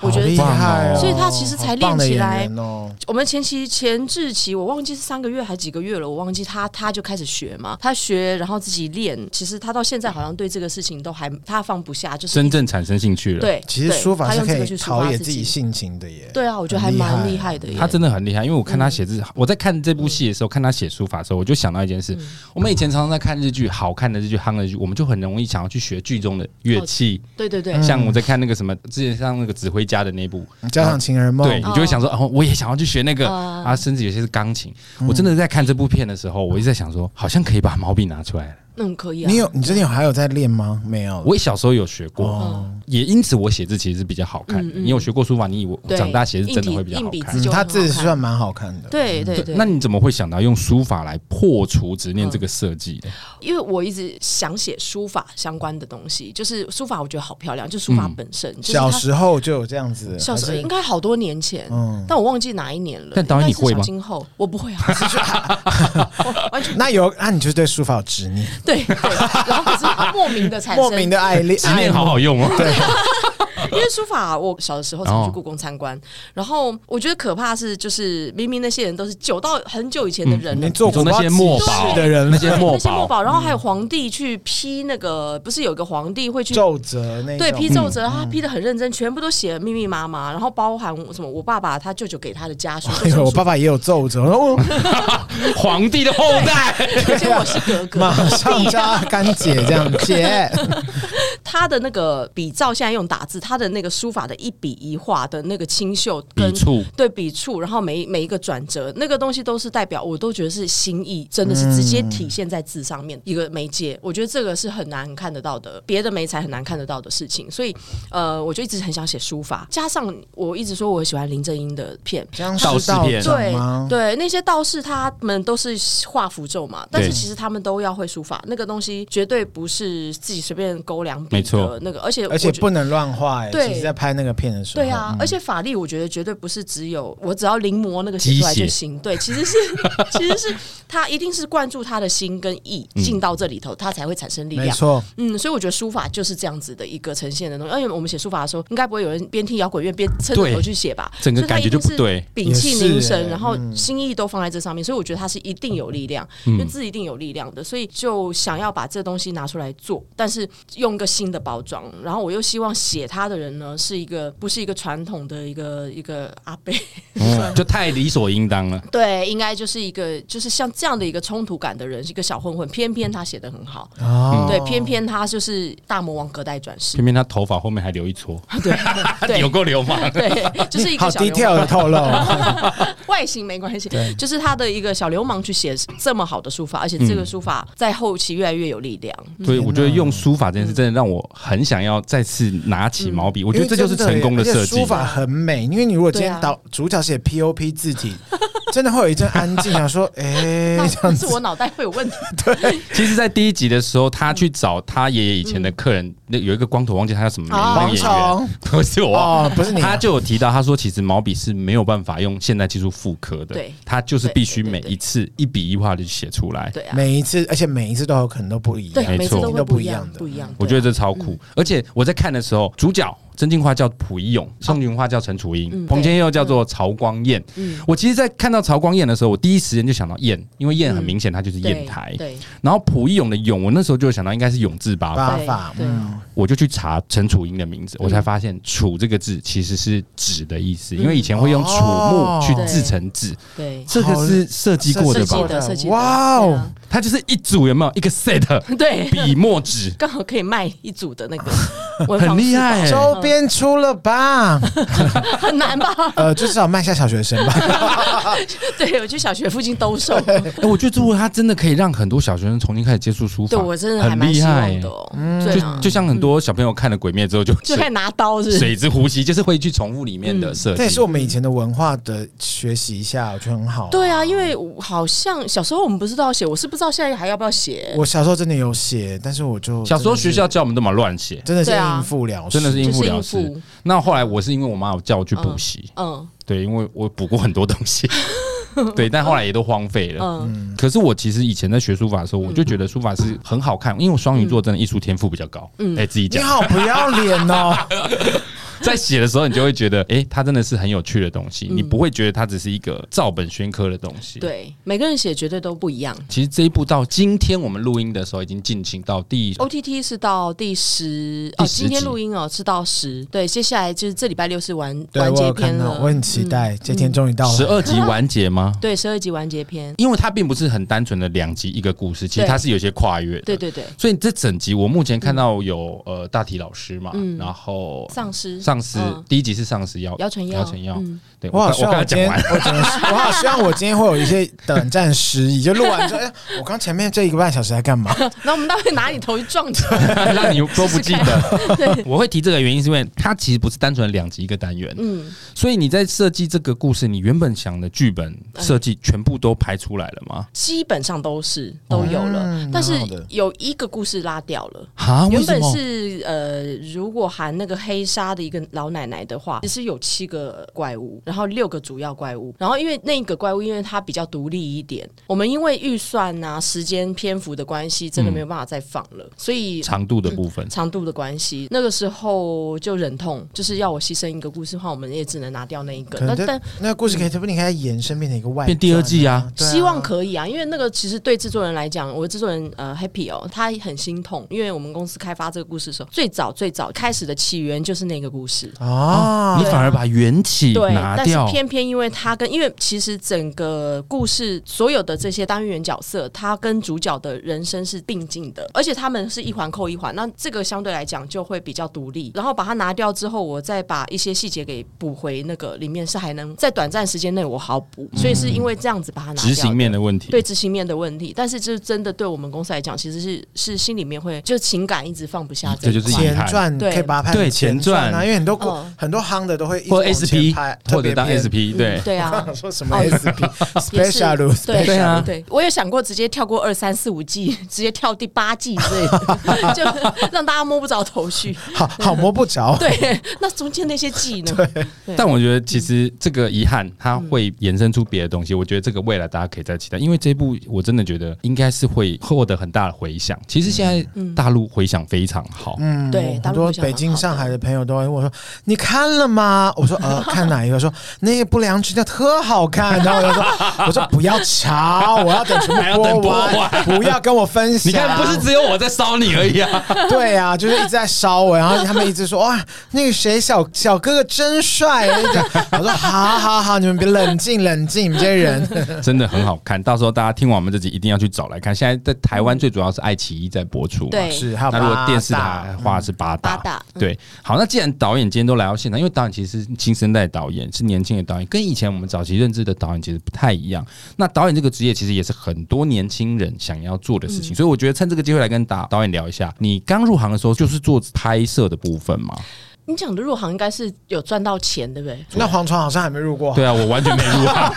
C: 我觉得
B: 厉
A: 棒
B: 害哦。
A: 所
C: 以他其实才练
B: 好棒的
C: 起
B: 演
C: 来
B: 员哦。
C: 我们前期前置期我忘记是三个月还几个月了，我忘记他他就开始学嘛，他学然后自己练，其实他到现在好像对这个事情都还他放不下，就是
A: 真正产生兴趣了。，
C: 对，
B: 其实
C: 对
B: 书法
C: 他
B: 是
C: 用这
B: 可
C: 个去
B: 以
C: 抒
B: 陶
C: 发
B: 冶
C: 自
B: 自己性情的耶。
C: 对啊，我觉得还蛮厉害的
B: 啊
C: 耶，
A: 他真的很厉害，因为我看他写
C: 嗯
A: 字，我在看这部戏的时候，看他写书法的时候，我就想到一件
C: 嗯
A: 事：我们以前常常在看日剧，好看的日剧、夯的日剧，我们就很容易想要去学剧中的乐器。
C: 对对对，
A: 像我在看那个什么，之前像那个指挥家的那部，
B: 加上情人梦，
A: 对你就会想说，哦，我也想要去学那个
C: 哦
A: 啊，甚至有些是钢琴。
B: 嗯
A: 我真的在看这部片的时候，我一直在想说，好像可以把毛笔拿出来了。
C: 嗯可以啊
B: 你，有你之前有还有在练吗？没有，
A: 我小时候有学过，
B: 哦，
A: 也因此我写字其实是比较好看的。
C: 嗯嗯
A: 你有学过书法，你以为
C: 对
A: 长大写字真的
C: 硬体
A: 会比较好
C: 硬笔
A: 看嗯
C: 字。就
B: 嗯他
C: 很好
B: 字
C: 看
B: 算蛮好看的。
C: 对对嗯对，
A: 那你怎么会想到用书法来破除执念这个设
C: 哎
A: 计呢？
C: 因为我一直想写书法相关的东西，就是书法我觉得好漂亮，就书法本身，就是它
B: 小时候就有这样子，
C: 小时候
B: 还
C: 应
B: 是
C: 该好多年前，
B: 嗯
C: 但我忘记哪一年了。
A: 但导演你会吗
C: 应该是小今后我不会啊， 我完全
B: 那有，那你就是对书法有执 念，
C: 啊对对。然后可是莫名的产生，
B: 莫名的爱恋，
A: 执念好
B: 爱慕
A: 好用哦，
C: 因为书法我小的时候常去故宫参观，然后我觉得可怕是就是明明那些人都是久到很久以前的人了，
B: 你做
A: 做那些墨宝
B: 的人
A: 那些墨
C: 那些墨
A: 宝，
C: 宝，然后还有皇帝去批那个，不是有个皇帝会去
B: 皱褶那
C: 对
B: 种
C: 批奏折，他
B: 嗯
C: 批的很认真，全部都写得密密麻麻，然后包含什么我爸爸他舅舅给他的家书，
B: 哎呦，我爸爸也有皱褶， 哦，
A: 皇帝的后代，
C: 结果是格格
B: 马，上加干姐这 样
C: 啊
B: 姐，
C: 他的那个笔照现在用打字，他的那个书法的一笔一画的那个清秀跟
A: 笔触
C: 对笔触，然后每一每一个转折，那个东西都是代表，我都觉得是心意，真的是直接
B: 嗯
C: 体现在字上面、一个媒介。我觉得这个是很难看得到的，别的媒材很难看得到的事情。所以，呃，我就一直很想写书法，加上我一直说我很喜欢林正英的片。
B: 僵
A: 道士片
C: 对
B: 吗？
C: 对，那些道士他们都是画符咒嘛，但是
A: 对
C: 其实他们都要会书法，那个东西绝对不是自己随便勾两笔
A: 没错
C: 的那个，而且
B: 而且
C: 我觉
B: 不能嗯乱画、欸。
C: 对
B: 其实在拍那个片的时候，
C: 对啊，而且法力我觉得绝对不是只有我只要临摹那个写出来
A: 鸡血
C: 就行，对，其实是 其实是他一定是灌注他的心跟意进到这里头，他才会产生力
B: 没
C: 量。
B: 错，
C: 嗯，所以我觉得书法就是这样子的一个呈现的东西。而且我们写书法的时候，应该不会有人边听摇滚乐边撑着
A: 对
C: 头去写吧？
A: 整个
C: 所以它
A: 感觉
C: 一定
A: 就不
C: 是
A: 对
B: 也
C: 屏气
B: 是欸
C: 凝神，然后心意都放在这上面，所以我觉得它是一定有力量，
A: 嗯
C: 因为字一定有力量的，所以就想要把这东西拿出来做，但是用一个新的包装。然后我又希望写它的人呢，是一个不是一个传统的一个一个阿贝，
A: 嗯就太理所应当了。
C: 对，应该就是一个就是像这样的一个冲突感的人，是一个小混混，偏偏他写的很好，
A: 嗯
B: 哦，
C: 对，偏偏他就是大魔王隔代转世
A: 偏。偏他头发后面还留一撮，
C: 对
A: 有够流氓。
C: 对，就是一
B: 好
C: 个小流
B: detail
C: 氓，
B: 的透 露，
C: 外形没关系
B: 对，
C: 就是他的一个小流氓去写这么好的书法，而且
A: 嗯
C: 这个书法在后期越来越有力量。
A: 所以我觉得用书法这
C: 嗯
A: 件事，真的让我很想要再次拿起毛笔。我
B: 我
A: 觉得这就是成功的设计
B: 书。法很美，因为你如果今天
C: 对啊
B: 导主角写 POP 字体，真的会有一阵安静，想说，哎，
C: 那
B: 这样子
C: 是我脑袋会有问题，
A: 其实，在第一集的时候，他去找他爷爷以前的客人，那有一个光头，忘记他叫什么名字，
C: 嗯哦
A: 那个
B: 蝗
A: 演员
B: 虫
A: 不是我忘了。
B: 哦，不是你，
A: 他就有提到，他说其实毛笔是没有办法用现代技术复刻的，
C: 对
A: 他就是必须
C: 对
A: 每
C: 对对
A: 一次一笔一画的写出来。
C: 对啊，
B: 每一次，而且每一次都有可能都不一
C: 对，
A: 没
B: 样，
C: 每次
A: 错
C: 都会
B: 都不
C: 不
B: 一
C: 一
B: 样
C: 样
B: 的，
C: 不一样。啊
A: 我觉得这超酷，而且我在看的时候，主角曾静华叫蒲一勇，宋云花叫陈楚英，
C: 哦嗯
A: 彭千佑叫做曹光彦。
C: 嗯，
A: 我其实，在看到曹光彦的时候，我第一时间就想到彦，因为彦很明显他就是
C: 对
A: 砚台。
C: 嗯对，
A: 然后蒲一勇的勇，我那时候就想到应该是永字八
B: 八
A: 法，
C: 对
B: 法，
C: 对
B: 嗯，
A: 我就去查陈楚英的名字，
C: 嗯
A: 我才发现“楚”这个字其实是纸的意思，因为以前会用楚木
B: 哦
A: 去制成纸，
C: 对，
A: 这个是设计过的
C: 设计
A: 吧？
C: 的设计的
B: 哇哦，
A: 它就是一组有没有一个 set
C: 对，
A: 笔墨 纸，
C: 刚好可以卖一组的那 个文
A: 很
C: 房四
A: 厉
C: 宝，
A: 害、欸。
B: 周边出了 吧，
C: 很难吧？
B: 呃，就至少卖下小学生吧，
C: 对，我去小学附近 兜售，
A: 哎我觉得如果它真真的可以让很多小学生重新开始接触书法，
C: 对我真的还
A: 很
C: 蛮
A: 厉
C: 希
A: 害
C: 望
A: 欸、
C: 的哦。对啊
A: 就，就像很多小朋友看了《鬼灭》之后就
C: 就开嗯始
A: 水
C: 拿刀是不是
A: 水之呼吸，就是会去重复里面的设
B: 这也是
A: 计。
B: 我们以前的文化的学习一下，我觉得很好。
C: 对啊，因为我好像小时候我们不是都要写，我是不知道现在还要不要写。
B: 我小时候真的有写，但是我就
A: 小时候学
B: 真的
A: 校教我们都嘛乱写
B: 是，真的是
C: 对啊
B: 应付了事，
A: 真的是应
C: 就
A: 付
C: 是应
A: 了事。
C: 付，
A: 那后来我是因为我妈有叫我去补习，
C: 嗯
A: 对，因为我补过很多东西，对，但后来也都荒废了。
C: 嗯，
A: 可是我其实以前在学书法的时候，我就觉得书法是很好看，因为我双鱼座真的艺术天赋比较高。嗯，哎，自己
B: 你
A: 讲，
B: 好不要脸 哦！
A: 在写的时候你就会觉得，哎，它真的是很有趣的东西，你不会觉得它只是一个照本宣科的东西。。
C: 对，每个人写绝对都不一样。
A: 其实这一部到今天我们录音的时候，已经进行到第
C: OTT 是到第十哦，
A: 第十
C: 今天
A: 集
C: 录音哦是到十，对，接下来就是这礼拜六是完
B: 对
C: 完
B: 我
C: 结
B: 有
C: 篇
B: 看到，
C: 了，嗯
B: 我很期待，这天终于到
A: 十
B: 了。
A: 二集完结吗？
C: 对，十二集完结篇，
A: 因为它并不是很单纯的两集一个故事，其实
C: 对
A: 它是有些跨越的。
C: 对对对，
A: 所以这整集我目前看到有、呃大体老师嘛，
C: 嗯
A: 然后
C: 丧尸
A: 上司、
C: 嗯
A: 第一集是上司要
C: 姚晨耀
A: 姚晨耀，
C: 嗯
A: 对
B: 我
A: 我
B: 好
A: 刚
B: 希
A: 我刚
B: 望我
A: 刚
B: 今
A: 讲
B: 天，
A: 完，
B: 我只能，我好希望我今天会有一些短暂失忆，就录完之后，哎，我刚前面这一个半小时在干嘛？
C: 那我们到底拿你头去撞你？
A: 让你都不记 得。
C: 啊
A: 我会提这个原因是因为它其实不是单纯两集一个单元，
C: 嗯，
A: 所以你在设计这个故事，你原本想的剧本设计全部都拍出来了吗？
C: 基本上都是都有了，
B: 嗯
C: 但是
B: 蛮好的
C: 有一个故事拉掉了。
A: 啊，为
C: 原
A: 什
C: 本
A: 么？
C: 是呃，如果含那个黑纱的一个个老奶奶的话，其实有七个怪物，然后六个主要怪物，然后因为那个怪物因为它比较独立一点，我们因为预算啊、时间篇幅的关系，真的没有办法再放
A: 嗯
C: 了，所以
A: 长度的部分。
C: 长度的关系，那个时候就忍痛，就是要我牺牲一个故事的话，我们也只能拿掉那一个。
B: 可
C: 那
B: 能这
C: 但
B: 那个故事可以，说不定可以延伸变成一个外
A: 变第二季
B: 传
A: 啊
B: 对
C: 希望可以啊，因为那个其实对制作人来讲，我的制作人呃 Happy 哦，他很心痛，因为我们公司开发这个故事的时候，最早最早开始的起源就是那个故事。
B: 啊，
A: 你反而把缘起
C: 对，
A: 拿
C: 但是
A: 掉，
C: 偏偏因为他跟因为其实整个故事所有的这些单元角色，他跟主角的人生是并进的，而且他们是一环扣一环，那这个相对来讲就会比较独立。然后把它拿掉之后，我再把一些细节给补回那个里面，是还能在短暂时间内我好补，所以是因为这样子把它拿掉
A: 执
C: 的。
A: 行面的问题。
C: 对执行面的问题，但是这真的对我们公司来讲，其实是是心里面会就情感一直放不下
A: 这
C: 一
A: 嗯就是
C: 块
A: 遗
B: 前
A: 憾
B: 传
C: 对
B: 可以把它拍
A: 对
B: 成前
A: 前传
B: 啊，因为很多故
C: 嗯
B: 很多夯的都会一直
A: 或
B: 往前
A: SP
B: 拍特
A: 或
B: 别
A: 者当
B: 篇
A: SP，对
C: 嗯，对啊，
B: 我说什么 SP
C: 也是
B: special
C: 对
B: special
A: 对啊
C: 对，我有想过直接跳过二三四五季，直接跳第八季之类的， 就让大家摸不着头绪。
B: 好好摸不着。
C: 对， 那中间那些季呢？对
A: 但我觉得其实这个遗憾，它
B: 嗯
A: 会衍生出别的东西。我觉得这个未来大家可以再期待，因为这部我真的觉得应该是会获得很大的回响。其实现在大陆回响非常好，
B: 嗯
C: 对
B: 我
C: 大
B: 很
C: 陆
B: 多
C: 不想哦
B: 北京、
C: 好
B: 上海的朋友都会问我说：“你看了吗？”我说：“ 呃，看哪一个？”说：“那个《不良执教》特好看。”然后我就说：“我说不要吵，我要等全
A: 还要
B: 部
A: 等
B: 播
A: 播
B: 完，不要跟我分 享。”
A: 你看不是只有我在烧你而已 啊！
B: 对啊，就是一直在烧我，然后他们一直说哇，那个谁小小哥哥真帅，然后一直讲我说好好好，你们别冷静冷静，你们这 些人，
A: 真的很好看。到时候大家听完我们这集一定要去找来看。现在在台
B: 嗯
A: 湾最主要是爱奇艺在播出嘛，
C: 对
B: 是还有
A: 那如
B: 八
A: 果电视
B: 大
A: 台啊的话是八大，
C: 八大嗯
A: 对。好，那既然导演今天都来到现场，因为导演其实是新生代导演，是年轻的导演，跟以前我们早期认知的导演其实不太一样。那导演这个职业其实也是很多年轻人想要做的事
C: 嗯
A: 情，所以我觉得趁这个机会来跟导导演聊一下，你刚入行的时候就是做拍摄的部分嘛？
C: 你讲的入行应该是有赚到钱，对 不对？
B: 那黄床好像还没入
C: 哦
B: 过，
A: 对啊，我完全没入 行，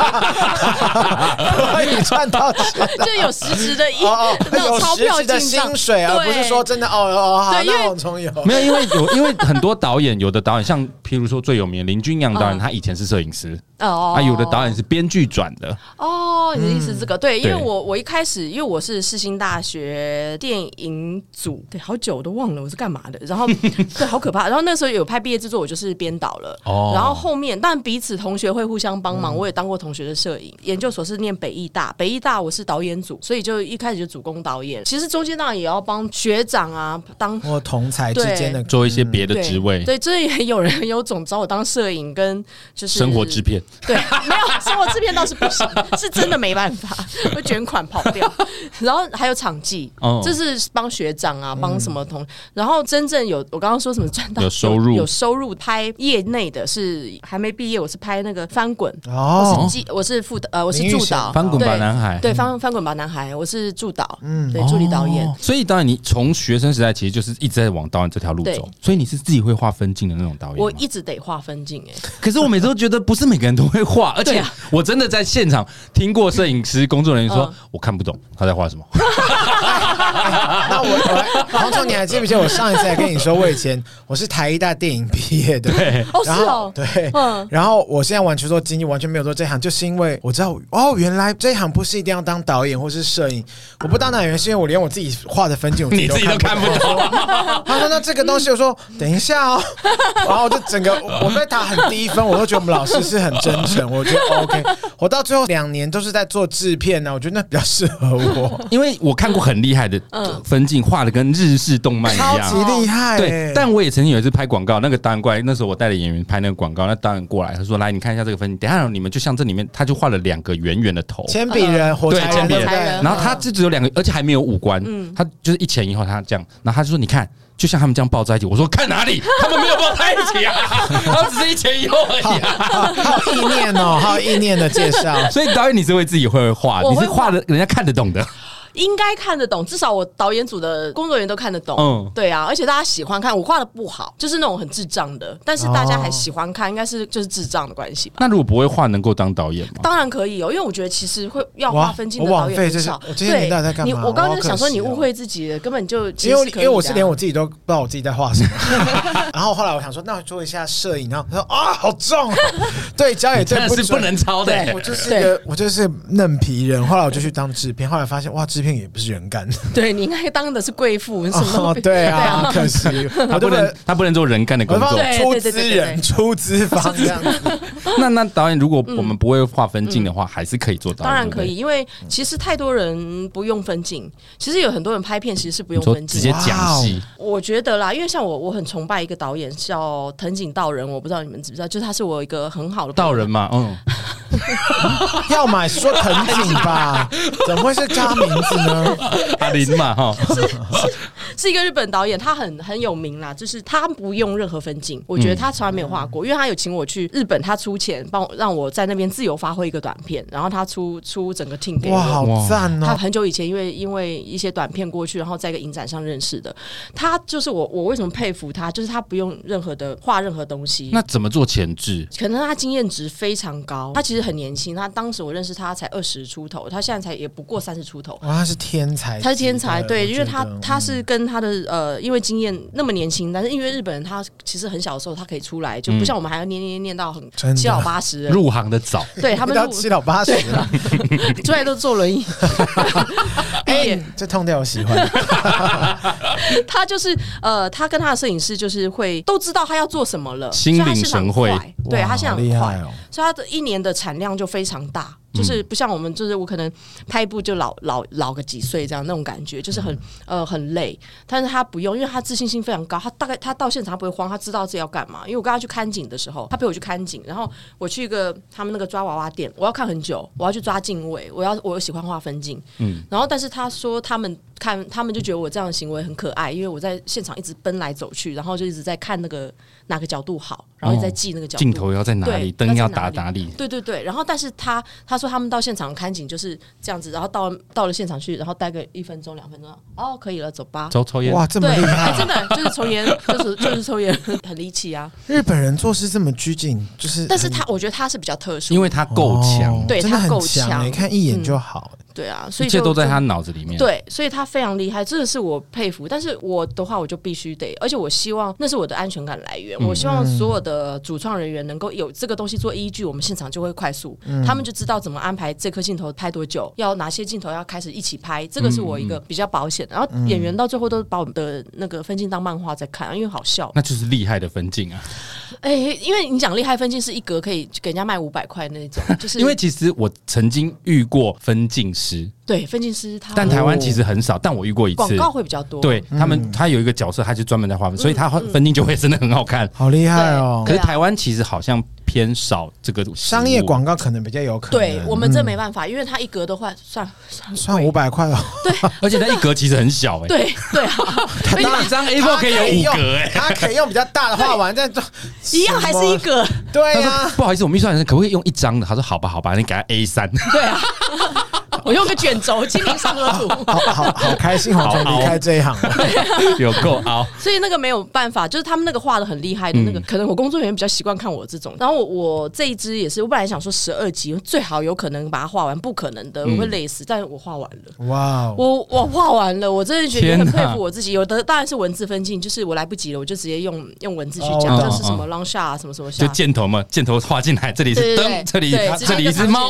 B: 你赚到钱
C: 就有实质的 一
B: 哦哦，
C: 那种
B: 有
C: 钞
B: 实
C: 票
B: 际的
C: 进账
B: 薪水，而不是
C: 对
B: 说真的哦哦好，
C: 对因为
B: 那黄床有。
A: 没有，因为有因为很多导演，有的导演像譬如说最有名的林君阳导演，
C: 嗯
A: 他以前是摄影师，
C: 哦
A: 啊，有的导演是编剧转的，
C: 哦，你的意思是这个、对，因为
A: 嗯对
C: 我我一开始因为我是世新大学电影组，对，好久我都忘了我是干嘛的，然后对，好可怕。然后那时候有拍毕业制作，我就是编导了。
A: 哦嗯
C: 然后后面，但彼此同学会互相帮忙。我也当过同学的摄影，研究所是念北艺大，北艺大我是导演组，所以就一开始就主攻导演。其实中间当然也要帮学长啊，当
B: 或同才之间的
A: 做一些别的
C: 对
A: 职位，
C: 嗯对，这也有人 有种找我当摄影跟就是
A: 生活制片。
C: 对，没有生活制片倒是不行，是真的没办法，会卷款跑 掉。然后还有场记，
A: 哦嗯
C: 这是帮学长啊，帮什么同。然后真正有我刚刚说什么赚到
A: 有收入
C: 有收入拍业内的是还没毕业，我是拍那个翻滚，
B: 哦
C: 我是记我是副呃我是
B: 林育
C: 助
B: 贤
C: 导
A: 翻滚吧，
C: 对
A: 男孩。嗯
C: 对翻翻滚吧男孩，我是助导，嗯，对助理导演。
A: 哦所以导演，你从学生时代其实就是一直在往导演这条路
C: 对
A: 走，所以你是自己会画分镜的那种导演吗。
C: 我一直得划分镜哎、
A: 可是我每次都觉得不是每个人都会 画，而
C: 对
A: 且
C: 啊
A: 我真的在现场听过摄影师工作人员说
C: 嗯，
A: 我看不懂他在画什么。
B: 那我我黄虫，你还记不记得我上一次还跟你说，我以前我是台艺大电影毕业的，对
C: 哦是哦
B: 对，
C: 嗯
B: 然后我现在完全做经济，完全没有做这行，就是因为我知道哦，原来这一行不是一定要当导演或是摄影，我不当导演是因为我连我自己画的分镜我
A: 你自己都看不
B: 懂。他说那这个东西，我说等一下哦， 然后我就整个我被打很低分，我都觉得我们老师是很真诚，我觉得 OK。我到最后两年都是在做制片呢、啊我觉得那比较适合我。
A: 因为我看过很厉害的
C: 嗯
A: 分镜，画的跟日式动漫一
B: 超
A: 样
B: 级。厉害、欸，
A: 对，但我也曾经有一次拍广告，那个导演过来，那时候我带着演员拍那个广告，那导演过来，他说：“来，你看一下这个分镜，等一下你们就像这里面，他就画了两个圆圆的头，
B: 铅笔人、火
A: 对
B: 柴
A: 铅
B: 人，
A: 笔
B: 对不
A: 人
B: 对？
A: 然后他就只有两个，而且还没有五官，
C: 嗯
A: 他就是一前一后，他这样，然后他就说：“你看，就像他们这样抱在一起。”我说：“看哪 里？他们没有抱在一起啊，他们只是一前一后而已啊。
B: 好好有意念哦，好有意念的介绍”。
A: 所以导演你是会自己会画，
C: 我
A: 你
C: 会
A: 是画的人家看得懂的，
C: 应该看得懂，至少我导演组的工作人员都看得懂。
A: 嗯
C: 对啊，而且大家喜欢看，我画的不好，就是那种很智障的，但是大家还喜欢看，应该是就是智障的关系吧。
A: 那如果不会画，能够当导演吗？
C: 当然可以哦，因为我觉得其实会要
B: 哇
C: 划分镜的
B: 我枉
C: 导演
B: 费
C: 很
B: 这些
C: 少。
B: 我这些年
C: 对
B: 代在干，嘛
C: 你我刚
B: 我好
C: 刚就
B: 可
C: 想说
B: 惜
C: 你
B: 哦
C: 误会自己了，根本就其
B: 因为
C: 实可以的啊
B: 因为我是连我自己都不知道我自己在画什么， 然后后来我想说，那我做一下摄影，然后他说啊，好重、哦，对，焦也对
A: 真的是
B: 准
A: 不能抄的
B: 对我就是一个我就是嫩皮人，后来我就去当制片，后来发现哇，制片也不是人干的，
C: 对你应该当的是贵妇，什么
B: 哦
C: 都，
B: 对啊，可 惜，
A: 他不
B: 我就
A: 能，他不能做人干的
B: 我
A: 工
B: 放
A: 作。
C: 对
B: 出
C: 对对对
B: 资
C: 对
B: 人、 出资方这样子，
A: 那那导演，如果我们不会划分镜的话，还是可以做导演。
C: 嗯当然
A: 对不
C: 可
A: 对
C: 以，。因为其实太多人不用分镜，其实有很多人拍片其实是不用
A: 你说
C: 分
A: 直
C: 镜。哦
A: 接讲戏，
C: 我觉得啦，因为像我，我很崇拜一个导演叫藤井道人，我不知道你们知不知道，就是他是我一个很好的朋友
A: 道人。嘛，嗯，
B: 要买说藤井 吧，怎么会是加名字呢？
A: 阿林嘛， 哈，
C: 是一个日本导演，他很很有名啦，就是他不用任何分镜，我觉得他从来没有画
A: 嗯
C: 过，因为他有请我去日本，他出钱帮我让我在那边自由发挥一个短片，然后他出出整个 team 给我。
B: 哇，好赞
C: 他
B: 哦！
C: 很久以前因为因为一些短片过去，然后在一个影展上认识的。他就是我，我为什么佩服他？就是他不用任何的画任何东西。
A: 那怎么做前置？
C: 可能他经验值非常高，他其实很年轻，他当时我认识他才二十出头，他现在才也不过三十出头。
B: 哇，他是天才级的，
C: 他是天才，对，
B: 我觉
C: 因为他
B: 得嗯
C: 他是跟他的呃，因为经验那么年轻，但是因为日本人他其实很小的时候他可以出来，就不像我们还要念念念念到
B: 嗯真的
C: 很七老八十了，
A: 入行的早，
C: 对他们
B: 到
C: 入
B: 七老八十了，
C: 出来都坐轮椅， 毕 业
B: 哎这痛调我喜欢。
C: 他就是呃，他跟他的摄影师就是会都知道他要做什么了，
A: 心领神会
C: 所以他现
B: 哇好
C: 场很快 对他现场很
B: 厉
C: 快
B: 害，哦！
C: 所以他的一年的产量就非常大，就是不像我们，就是我可能拍一部就老老老个几岁这样那种感觉，就是很呃很累。但是他不用，因为他自信心非常高，他大概他到现场他不会慌，他知道自己要干嘛。因为我跟他去看景的时候，他陪我去看景，然后我去一个他们那个抓娃娃店，我要看很久，我要去抓镜位，我要我喜欢画分镜，嗯。然后但是他说他们看他们就觉得我这样的行为很可爱，因为我在现场一直奔来走去，然后就一直在看那个哪个角度好，然后一直在记那个角度。
A: 镜头要在哪里，
C: 对
A: 灯要
C: 要在
A: 打
C: 哪里
A: 哪里，
C: 对对对，然后但是他他说他们到现场看景就是这样子，然后到到了现场去，然后待个一分钟两分钟，哦，可以了，走吧。
A: 抽抽烟，
B: 哇，这
C: 对
B: 么，厉
C: 哎，真
B: 害！啊
C: 的就是抽烟，就是就是抽烟，很离奇啊！嗯
B: 日本人做事这么拘谨，就是
C: 但是他我觉得他是比较特殊，
A: 因为他够强
B: 哦，
C: 对
B: 真的
C: 他
B: 很
C: 够
B: 强，
C: 强嗯
B: 你看一眼就好。
C: 对啊，所
A: 一
C: 以
A: 切
C: 就
A: 都在他脑子里面。，
C: 对，所以他非常厉害，这个是我佩服。但是我的话，我就必须得，而且我希望那是我的安全感来源。
A: 嗯
C: 我希望所有的主创人员能够有这个东西做依据，我们现场就会快速，
A: 嗯
C: 他们就知道怎么安排这颗镜头拍多久，要哪些镜头要开始一起拍，这个是我一
A: 嗯
C: 个比较保险的。然后演员到最后都把我们的那个分镜当漫画在看，因为好笑。
A: 那就是厉害的分镜啊。
C: 哎、因为你讲厉害分镜是一格可以给人家卖五百块那 种，就是
A: 因为其实我曾经遇过分镜师，
C: 对分镜师他
A: 但台湾其实很少，但我遇过一
C: 哦广
A: 次。
C: 告嗯会比较多，
A: 对
B: 嗯
A: 他们，他有一个角色，他就专门在划分，所以他分镜就会真的很好看。
B: 好厉害哦！
A: 可
C: 对
A: 是
C: 啊
A: 台湾其实好像偏少这个
B: 商业
A: 食物啊
B: 广告可能比较有可
A: 嗯
B: 能。
C: 对我们这没办法，因为他一格的话算算
B: 算五百块哦，
A: 而且它一格其实很小哎、欸，
C: 对对 啊，所以
A: 一张 A4 可以有五格哎、欸。
B: 他可以用比较大的画完，但
C: 一样还是一个，
B: 对
A: 他
B: 呀
C: 啊
A: 说：“。不好意思，我们预算人可不可以用一张的？”他说：“好吧，好吧，你给他 A 三。
C: 对啊， 我用个卷轴，清明上河图。
B: 好好好开心，我终于离开这一行了。”
A: 有够凹，
C: 所以那个没有办法，就是他们那个画的很厉害的那个，可能我工作人员比较习惯看我这种。然后我我这一支也是，我本来想说十二集最好有可能把它画完，不可能的，我会累死。但是我画完了。
B: 哇哦，
C: 我我画完了，我真的觉得很
A: 天
C: 佩
A: 哪
C: 服我自己。有的当然是文字分镜，就是我来不及了，我就直接用用文字去
B: 哦
C: 讲，
A: 我
C: 这
A: 懂
C: 是什么 long shot 啊什么什么 shot，
A: 就箭头嘛，箭头画进来，这里是
C: 对对
A: 灯，
C: 对
A: 这里
C: 对直接
A: 这里
C: 一个
A: 是猫，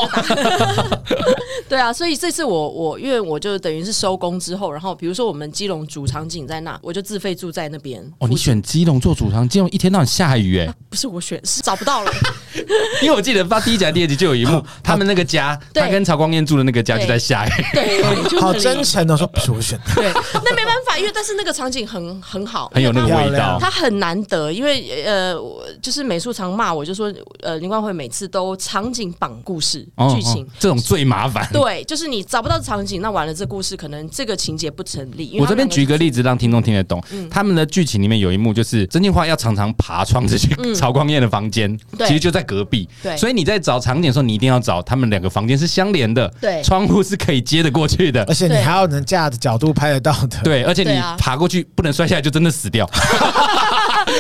C: 对啊，所以这次我我因为我就等于是收工之后，然后比如说我们基隆主场景在那，我就自费住在那边。
A: 哦，你选基隆做主场，基隆一天到晚下雨哎、
C: 不是我选，是找不到了。
A: 因为我记得发第一集、第二集就有一 幕，他们那个家，
C: 对
A: 他跟曹光彦住的那个家就在下雨，
C: 对， 就
B: 好
C: 很
B: 真诚哦，说不是我选的，
C: 对，那没办法，因为但是那个场景很很好，
A: 很有那
C: 因为
A: 个
C: 它
A: 味
B: 漂
A: 道
B: 亮。
C: 它很难得，因为呃，我就是美术常骂我，就说呃，林冠慧每次都场景绑故事
A: 哦
C: 剧情
A: 哦，这种最麻烦，
C: 对，就是你找不到场景，那完了，这故事可能这个情节不成立。因为
A: 我
C: 他
A: 这
C: 们
A: 边
C: 两
A: 举一个例子让听众听得懂。
C: 嗯
A: 他们的剧情里面有一幕就是真心话要常常爬窗子去 曹光彦的房间，
C: 嗯对
A: 其实就在隔壁。
C: 对
A: 所以你在找场景的时候，你一定要找他们两个房间是相连的，
C: 对
A: 窗户是可以接得过去的
B: 而。且你
C: 对
B: 还要能架的角度拍得到的，
A: 对，而且
C: 对
A: 你
C: 啊
A: 爬过去不能摔下来，就真的死 掉。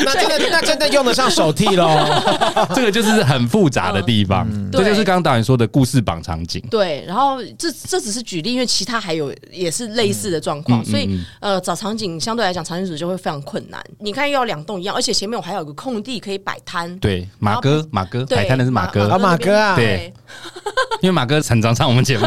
B: 那真的那真的用得上手替 喽。
A: 这个就是很复杂的地方，这
C: 嗯对
A: 就是刚刚导演说的故事绑场景。
C: 对，然后这这只是举例，因为其他还有也是类似的状况，
A: 嗯嗯
C: 所以
A: 嗯
C: 呃找场景相对来讲，场景组就会非常困难。你看又要两栋一样，而且前面我还有个空地可以摆摊，
A: 对，马哥，马哥
C: 啊对嗯
A: 摆摊的是马哥，
B: 马
C: 那边
B: 马哥啊
A: 对，因为马哥常常上我们 节目，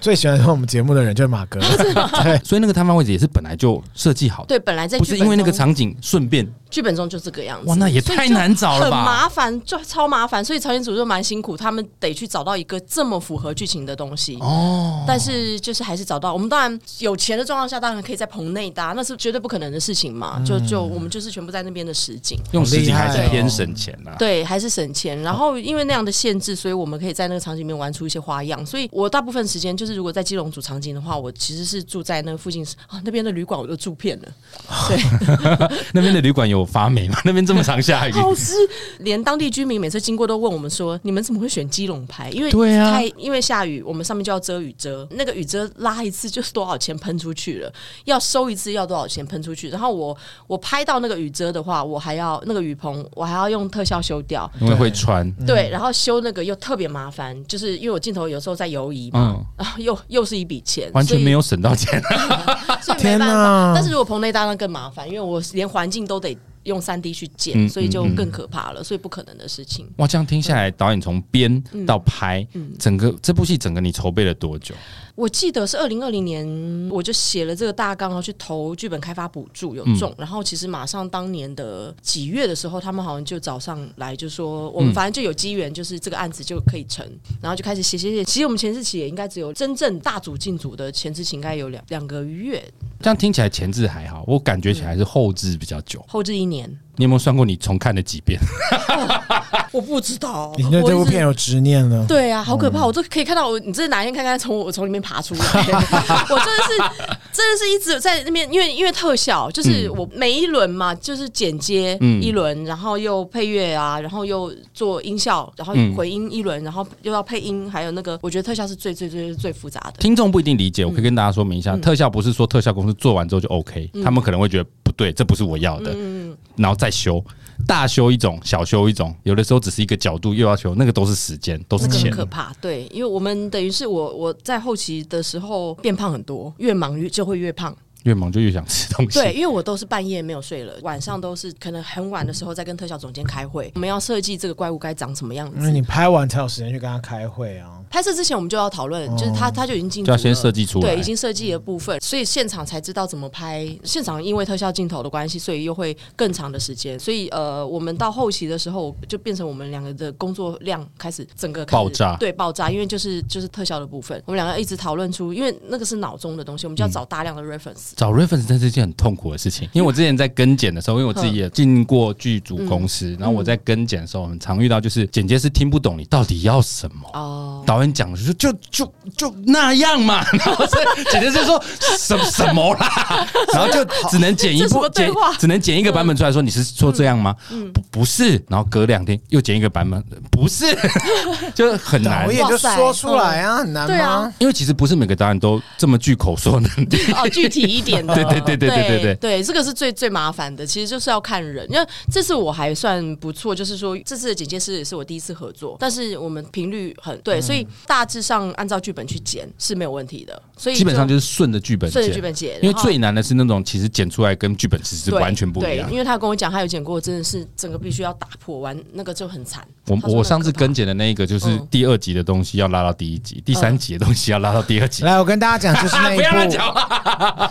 B: 最喜欢看我们节目的人就是马哥，对，
A: 所以那个摊贩位置也是本来就设计好的，
C: 对，本来在
A: 不是
C: 剧本
A: 因为那个
C: 中
A: 场景顺便。
C: 剧本中就这个样子。
A: 哇，那也
C: 所以
A: 太
C: 就
A: 难找了
C: 很
A: 吧！
C: 麻烦，就超麻烦，所以朝鲜组就蛮辛苦，他们得去找到一个这么符合剧情的东西。哦，但是就是还是找到。我们当然有钱的状况下，当然可以在棚内搭，那是绝对不可能的事情嘛。就
A: 嗯
C: 就我们就是全部在那边的实景。
A: 用实景还
B: 好厉
A: 是
B: 害哦
A: 偏省钱啊。嗯
C: 对，还是省钱。然后因为那样的限制，所以我们可以在那个场景里面玩出一些花样。所以我大部分时间就是，如果在基隆组场景的话，我其实是住在那附近啊，那边的旅馆我都住 遍了。
A: 那边的旅馆有发霉吗？那边这么常下雨，
C: 好湿，连当地居民每次经过都问我们说：“你们怎么会选基隆牌？因为
A: 对啊
C: 太因为下雨，我们上面就要遮雨遮，那个雨遮拉一次就是多少钱喷出去了，要收一次要多少钱喷出去。然后我我拍到那个雨遮的话，我还要那个雨棚，我还要用特效修掉。
A: 因为会穿。
C: 对，然后修那个又特别麻烦，就是因为我镜头有时候在游移嘛，
A: 嗯，
C: 然后 又又是一笔钱，
A: 完全
C: 所以
A: 没有省到钱。
C: 所以没
B: 天
C: 办
B: 哪
C: 法。但是如果棚内搭档更麻烦，因为我连环境都得用三 D 去建，
A: 嗯
C: 所以就
A: 嗯嗯
C: 更可怕了，所以不可能的事情。
A: 哇，这样听下来，导演从编
C: 嗯
A: 到拍，整个这部戏整个你筹备了多久？
C: 我记得是二零二零年，我就写了这个大纲，然后去投剧本开发补助，有中。然后其实马上当年的几月的时候，他们好像就找上来，就说我们反正就有机缘，就是这个案子就可以成，然后就开始写写写。其实我们前置期也应该只有真正大组进组的前置期应该有两两个月，
A: 这样听起来前置还好，我感觉起来是后置比较久。
C: 后置一年。
A: 你有没有算过你重看了几 遍？
C: 我不知道，
B: 你对这部
C: 我一直
B: 片有执念了。
C: 对啊，好可
A: 哦
C: 怕！我都可以看到我，你这哪一天看看从我从里面爬 出来， 我真的是真的是一直在那边，因为因为特效，就是我每一轮嘛，就是剪接
A: 嗯
C: 一轮，然后又配乐啊，然后又做音效，然后
A: 嗯
C: 回音一轮，然后又要配音，还有那个，我觉得特效是最最最最复杂的。
A: 听众不一定理解，我可以跟大家
C: 嗯
A: 说明一下，特效不是说特效公司做完之后就 OK，他们可能会觉得不对，这不是我要的，
C: 嗯
A: 然后再修，大修一种，小修一种，有的时候只是一个角度又要修，那个都是时间，都是
C: 那个很
A: 钱。
C: 可怕，对，因为我们等于是我我在后期的时候变胖很多，越忙越就会越胖，
A: 越忙就越想吃东西。
C: 对，因为我都是半夜没有睡了，晚上都是可能很晚的时候在跟特效总监开会，我们要设计这个怪物该长什么样
B: 因为
A: 嗯
C: 子。
B: 嗯你拍完才有时间去跟他开会啊。
C: 拍摄之前我们就要讨论，就是他他就已经进
A: 哦就要先设计出来
C: 对，已经设计的部分，所以现场才知道怎么拍。现场因为特效镜头的关系，所以又会更长的时间。所以呃，我们到后期的时候，就变成我们两个的工作量开始整个开始
A: 爆炸
C: 对爆炸，因为就是就是特效的部分，我们两个一直讨论出，因为那个是脑中的东西，我
A: 嗯
C: 们就要找大量的 reference。
A: 找 reference 真是一件很痛苦的事情，因为我之前在跟剪的时候，因为我自己也进过剧组
C: 嗯
A: 公司，然后我在跟剪的时候，很常遇到就是剪接师听不懂你到底要什么。
C: 哦，
A: 导演讲的就就就就那样嘛， 然后是姐姐就说什什么啦，然后就只能剪一
C: 这什
A: 部
C: 么对
A: 剪
C: 话，嗯
A: 只能剪一个版本出来说你是说这样吗？不不是，然后隔两天又剪一个版本，不是， 就很难
B: 导。演就
C: 哇塞
B: 说出来啊，很难
C: 对
B: 吗
C: 啊？
A: 因为其实不是每个导演都这么具口说能力。
C: 哦，具体一点 的，
A: 对对对对对对对
C: 这个是最最麻烦的，其实就是要看人。因为这次我还算不错，就是说这次的剪接师也是我第一次合作，但是我们频率很
A: 嗯
C: 对，所以大致上按照剧本去剪是没有问题的，所以
A: 基本上就是是顺着剧本
C: 顺
A: 剪
C: 着剧。本剪，
A: 因为
C: 然后
A: 最难的是那种其实剪出来跟剧本其实
C: 对
A: 完全不一样
C: 对，。因为他跟我讲，他有剪过，真的是整个必须要打破完，那个就很惨。
A: 我
C: 他说那
A: 我
C: 个
A: 上次
C: 可怕
A: 跟剪的那一个就是
C: 嗯
A: 第二集的东西要拉到第一集，第三集的东西要拉到第二
C: 嗯
A: 集。
B: 来，我跟大家讲， 就是那一
A: 不要乱
B: 部
A: 讲话。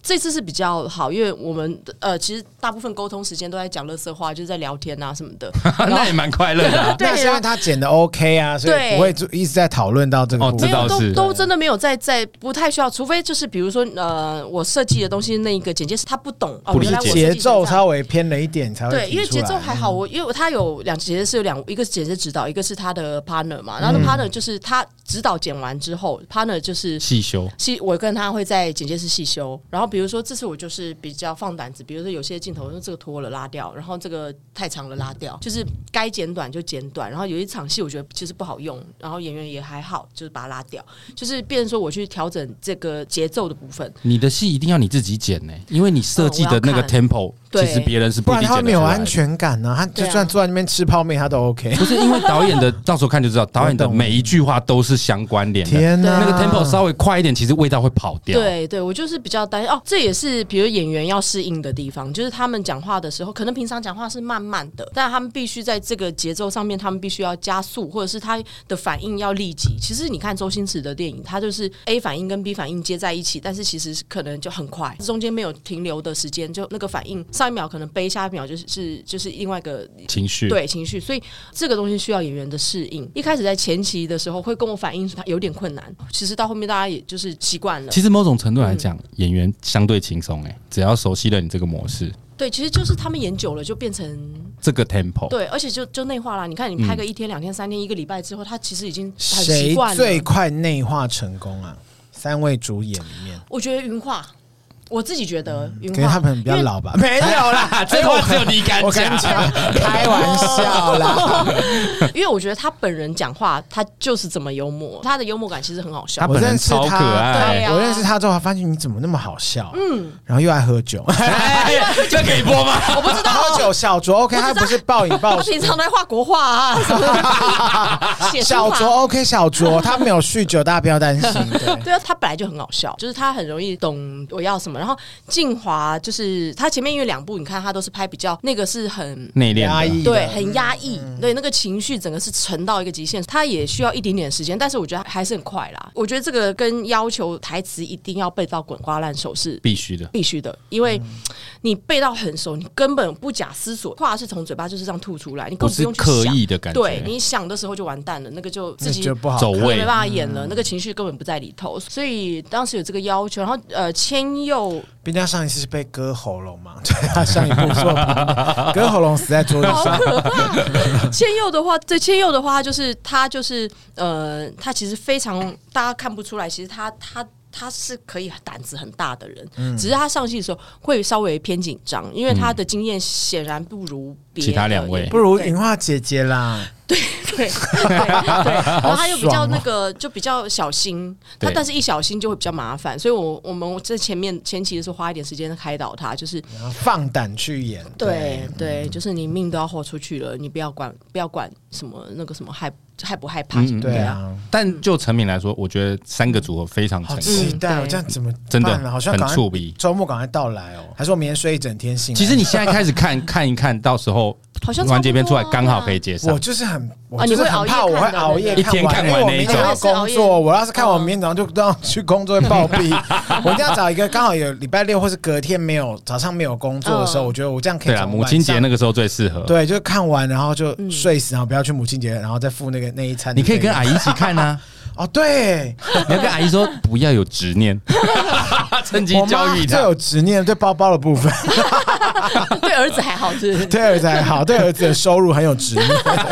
C: 这次是比较好，因为我们呃其实大部分沟通时间都在讲乐色话，就是在聊天啊什么的。然后
A: 那也蛮快乐的啊、
C: 对
B: 那是因为他剪的 OK 啊，所以
C: 对
B: 不会注一直在讨论到这个
A: 哦
B: 部
A: 这
C: 没
B: 分。
A: 倒
C: 有
A: 是
C: 都都真的没有在在不太需要，除非就是比如说呃，我设计的东西那一个简介是他不懂哦
A: 不，理
C: 原来我
A: 解
C: 设计
B: 节
C: 成这
B: 奏
C: 样
B: 稍微偏了一点才会
C: 对，
B: 提
C: 因为
B: 出
C: 节奏
B: 来嗯
C: 还好，我因为他有两节是有两，一个是姐姐指导，一个是他的 partner 嘛。然后
B: 嗯
C: 那 partner 就是他指导剪完之后，partner 就是
A: 细修
C: 细，我跟他会在剪接室细修。然后比如说这次我就是比较放胆子，比如说有些镜头，这个脱了拉掉，然后这个太长了拉掉，就是该剪短就剪短。然后有一场戏我觉得其实不好用，然后演员也还好，就是把它拉掉，就是变成说我去调整这个节奏的部分。
A: 你的戏一定要你自己剪呢、因为你设计的那个
C: 嗯我要看
A: tempo，其
C: 对
A: 实别人是
B: 不
A: 一
B: 然
A: 定
B: 他
A: 剪得
B: 没有
A: 出来的
B: 安。全感呢、他就
C: 对啊
B: 算坐在那边吃泡面，他都 OK。
A: 不是因为导演的，到时候看就知道，导演的
B: 我懂
A: 每一句话都是相关联的。
B: 天哪，
A: 那个 tempo 稍微快一点，其实味道会跑掉。，
C: 对对，我就是比较担心哦，这也是比如演员要适应的地方，就是他们讲话的时候，可能平常讲话是慢慢的，但他们必须在这个节奏上面，他们必须要加速，或者是他的反应要立即。其实你看周星驰的电影，他就是 A 反应跟 B 反应接在一起，但是其实是可能就很快，中间没有停留的时间，就那个反应上一秒可能悲，下一秒就是是就是另外一个
A: 情绪。
C: 对情绪，所以这个东西需要演员的适应。一开始在前期的时候会跟我反映说他有点困难，其实到后面大家也就是习惯了。
A: 其实某种程度来
C: 嗯
A: 讲，演员相对轻松哎，只要熟悉了你这个模式，
C: 对，其实就是他们演久了就变成
A: 这个 tempo，
C: 对，而且就就内化啦。你看，你拍个一天、两天、三天、一个礼拜之后，他其实已经
B: 嗯
C: 很习
B: 谁
C: 惯
B: 最
C: 了。
B: 快内化成功啊？三位主演里面，
C: 我觉得云画，我自己觉得云
B: 嗯可能
C: 画
B: 他们比较
C: 嗯因为
B: 老吧？没有啦，
A: 啊这话只有你哎敢
B: 我跟你
A: 讲。
B: 讲，开玩笑啦。
C: 因为我觉得他本人讲话，他就是这么幽默，他的幽默感其实很好
A: 他
C: 笑。
B: 我
A: 本人
B: 认识
A: 超
B: 他，
A: 可爱
C: 对啊
B: 我认识他之后，发现你怎么那么好笑、嗯，然后又爱喝酒，
C: 啊
A: 哎，这可以播吗？
C: 我不知道，
B: 喝酒小酌 OK，他不是暴饮暴
C: 他
B: 食
C: 平。常都在画国画 啊，什么的写书
B: 小
C: 法
B: 酌 OK，小酌，他没有酗酒，大家不要担 心。对，
C: 对啊，他本来就很好笑，就是他很容易懂我要什么。然后静华就是他前面因为两部，你看他都是拍比较那个是很
A: 内敛
B: 压
A: 的嗯
B: 抑，
C: 对，很压抑，对那个情绪整个是沉到一个极限，他也需要一点点时间，但是我觉得还是很快啦。我觉得这个跟要求台词一定要背到滚瓜烂熟是。
A: 必嗯须的。
C: 必须的，因为你背到很熟，你根本不假思索，话是从嘴巴就是这样吐出来，你
A: 不
C: 根本
A: 是
C: 用去
A: 刻
C: 想。
A: 意的感觉，
C: 对，你想的时候就完蛋了，那个就自
B: 自
C: 己
B: 己觉得不好。
A: 走
C: 根本没
A: 位
C: 办法演
A: 嗯
C: 了，那个情绪根本不在里头。所以当时有这个要求，然后呃，千佑
B: 毕竟他上一次是被割喉咙嘛， 对他上一部作品割喉咙死在桌子
C: 好
B: 上。
C: 可怕。千佑的话，对千佑的话，就是他就是呃，他其实非常大家看不出来，其实他他。他是可以胆子很大的人，
A: 嗯
C: 只是他上戏的时候会稍微偏紧张，因为他的经验显然不如别的
A: 其他两位
B: 不如
C: 对
B: 云画姐姐啦，
C: 对对对，然后他又比
B: 好
C: 较
B: 爽哦
C: 那个，就比较小心，
A: 对
C: 他但是一小心就会比较麻烦，所以我我们在前面前期的时候花一点时间开导他，就是
B: 然后放胆去演。
C: 对对，就是你命都要豁出去了，你不要管不要管什么那个什么害害不害怕
A: 嗯
C: 什么的
B: 对啊，
A: 但就成品来说，我觉得三个组合非常成
B: 好
A: 功。
B: 期待！
C: 嗯
B: 我这样怎么
A: 真的
B: 办啊好像
A: 很
B: 赶快
A: 触鼻
B: 周末赶快到来哦，还是我明天睡一整天醒来？
A: 其实你现在开始看 看一看，到时候
C: 好像
A: 完结篇出来
C: 差不多啊
A: 刚好可以接上
B: 我。就是很，我
C: 啊
B: 就
C: 你
B: 是
C: 会
B: 很
C: 熬夜
B: 怕我会
C: 看的
B: 熬夜
A: 对不对
B: 看完，
A: 一天看完
B: 因为我
A: 那一
B: 明
A: 种
B: 天要工
C: 我也是熬
B: 作，
C: 夜
B: 我要是看完
C: 嗯
B: 明天早上就都要去工作会暴毙。 我一定要找一个刚好有礼拜六或是隔天没有早上没有工作的时候，
C: 嗯
B: 我觉得我这样可以
A: 对啊，
B: 从
A: 母亲节
B: 晚上
A: 那个时候最适合。
B: 对，啊就看完然后就
C: 嗯
B: 睡死，然后不要去母亲节，然后再付那个那一餐
A: 你
B: 的
A: 可
B: 费用。
A: 以跟阿姨一起看 啊，
B: 哦，对，
A: 你要跟阿姨说不要有执念， 趁机
B: 我
A: 教
B: 妈
A: 育
B: 最
A: 她。
B: 有执念对包包的部分，
C: 对儿子还好是不是
B: 对儿子还好，对儿子的收入很有执念。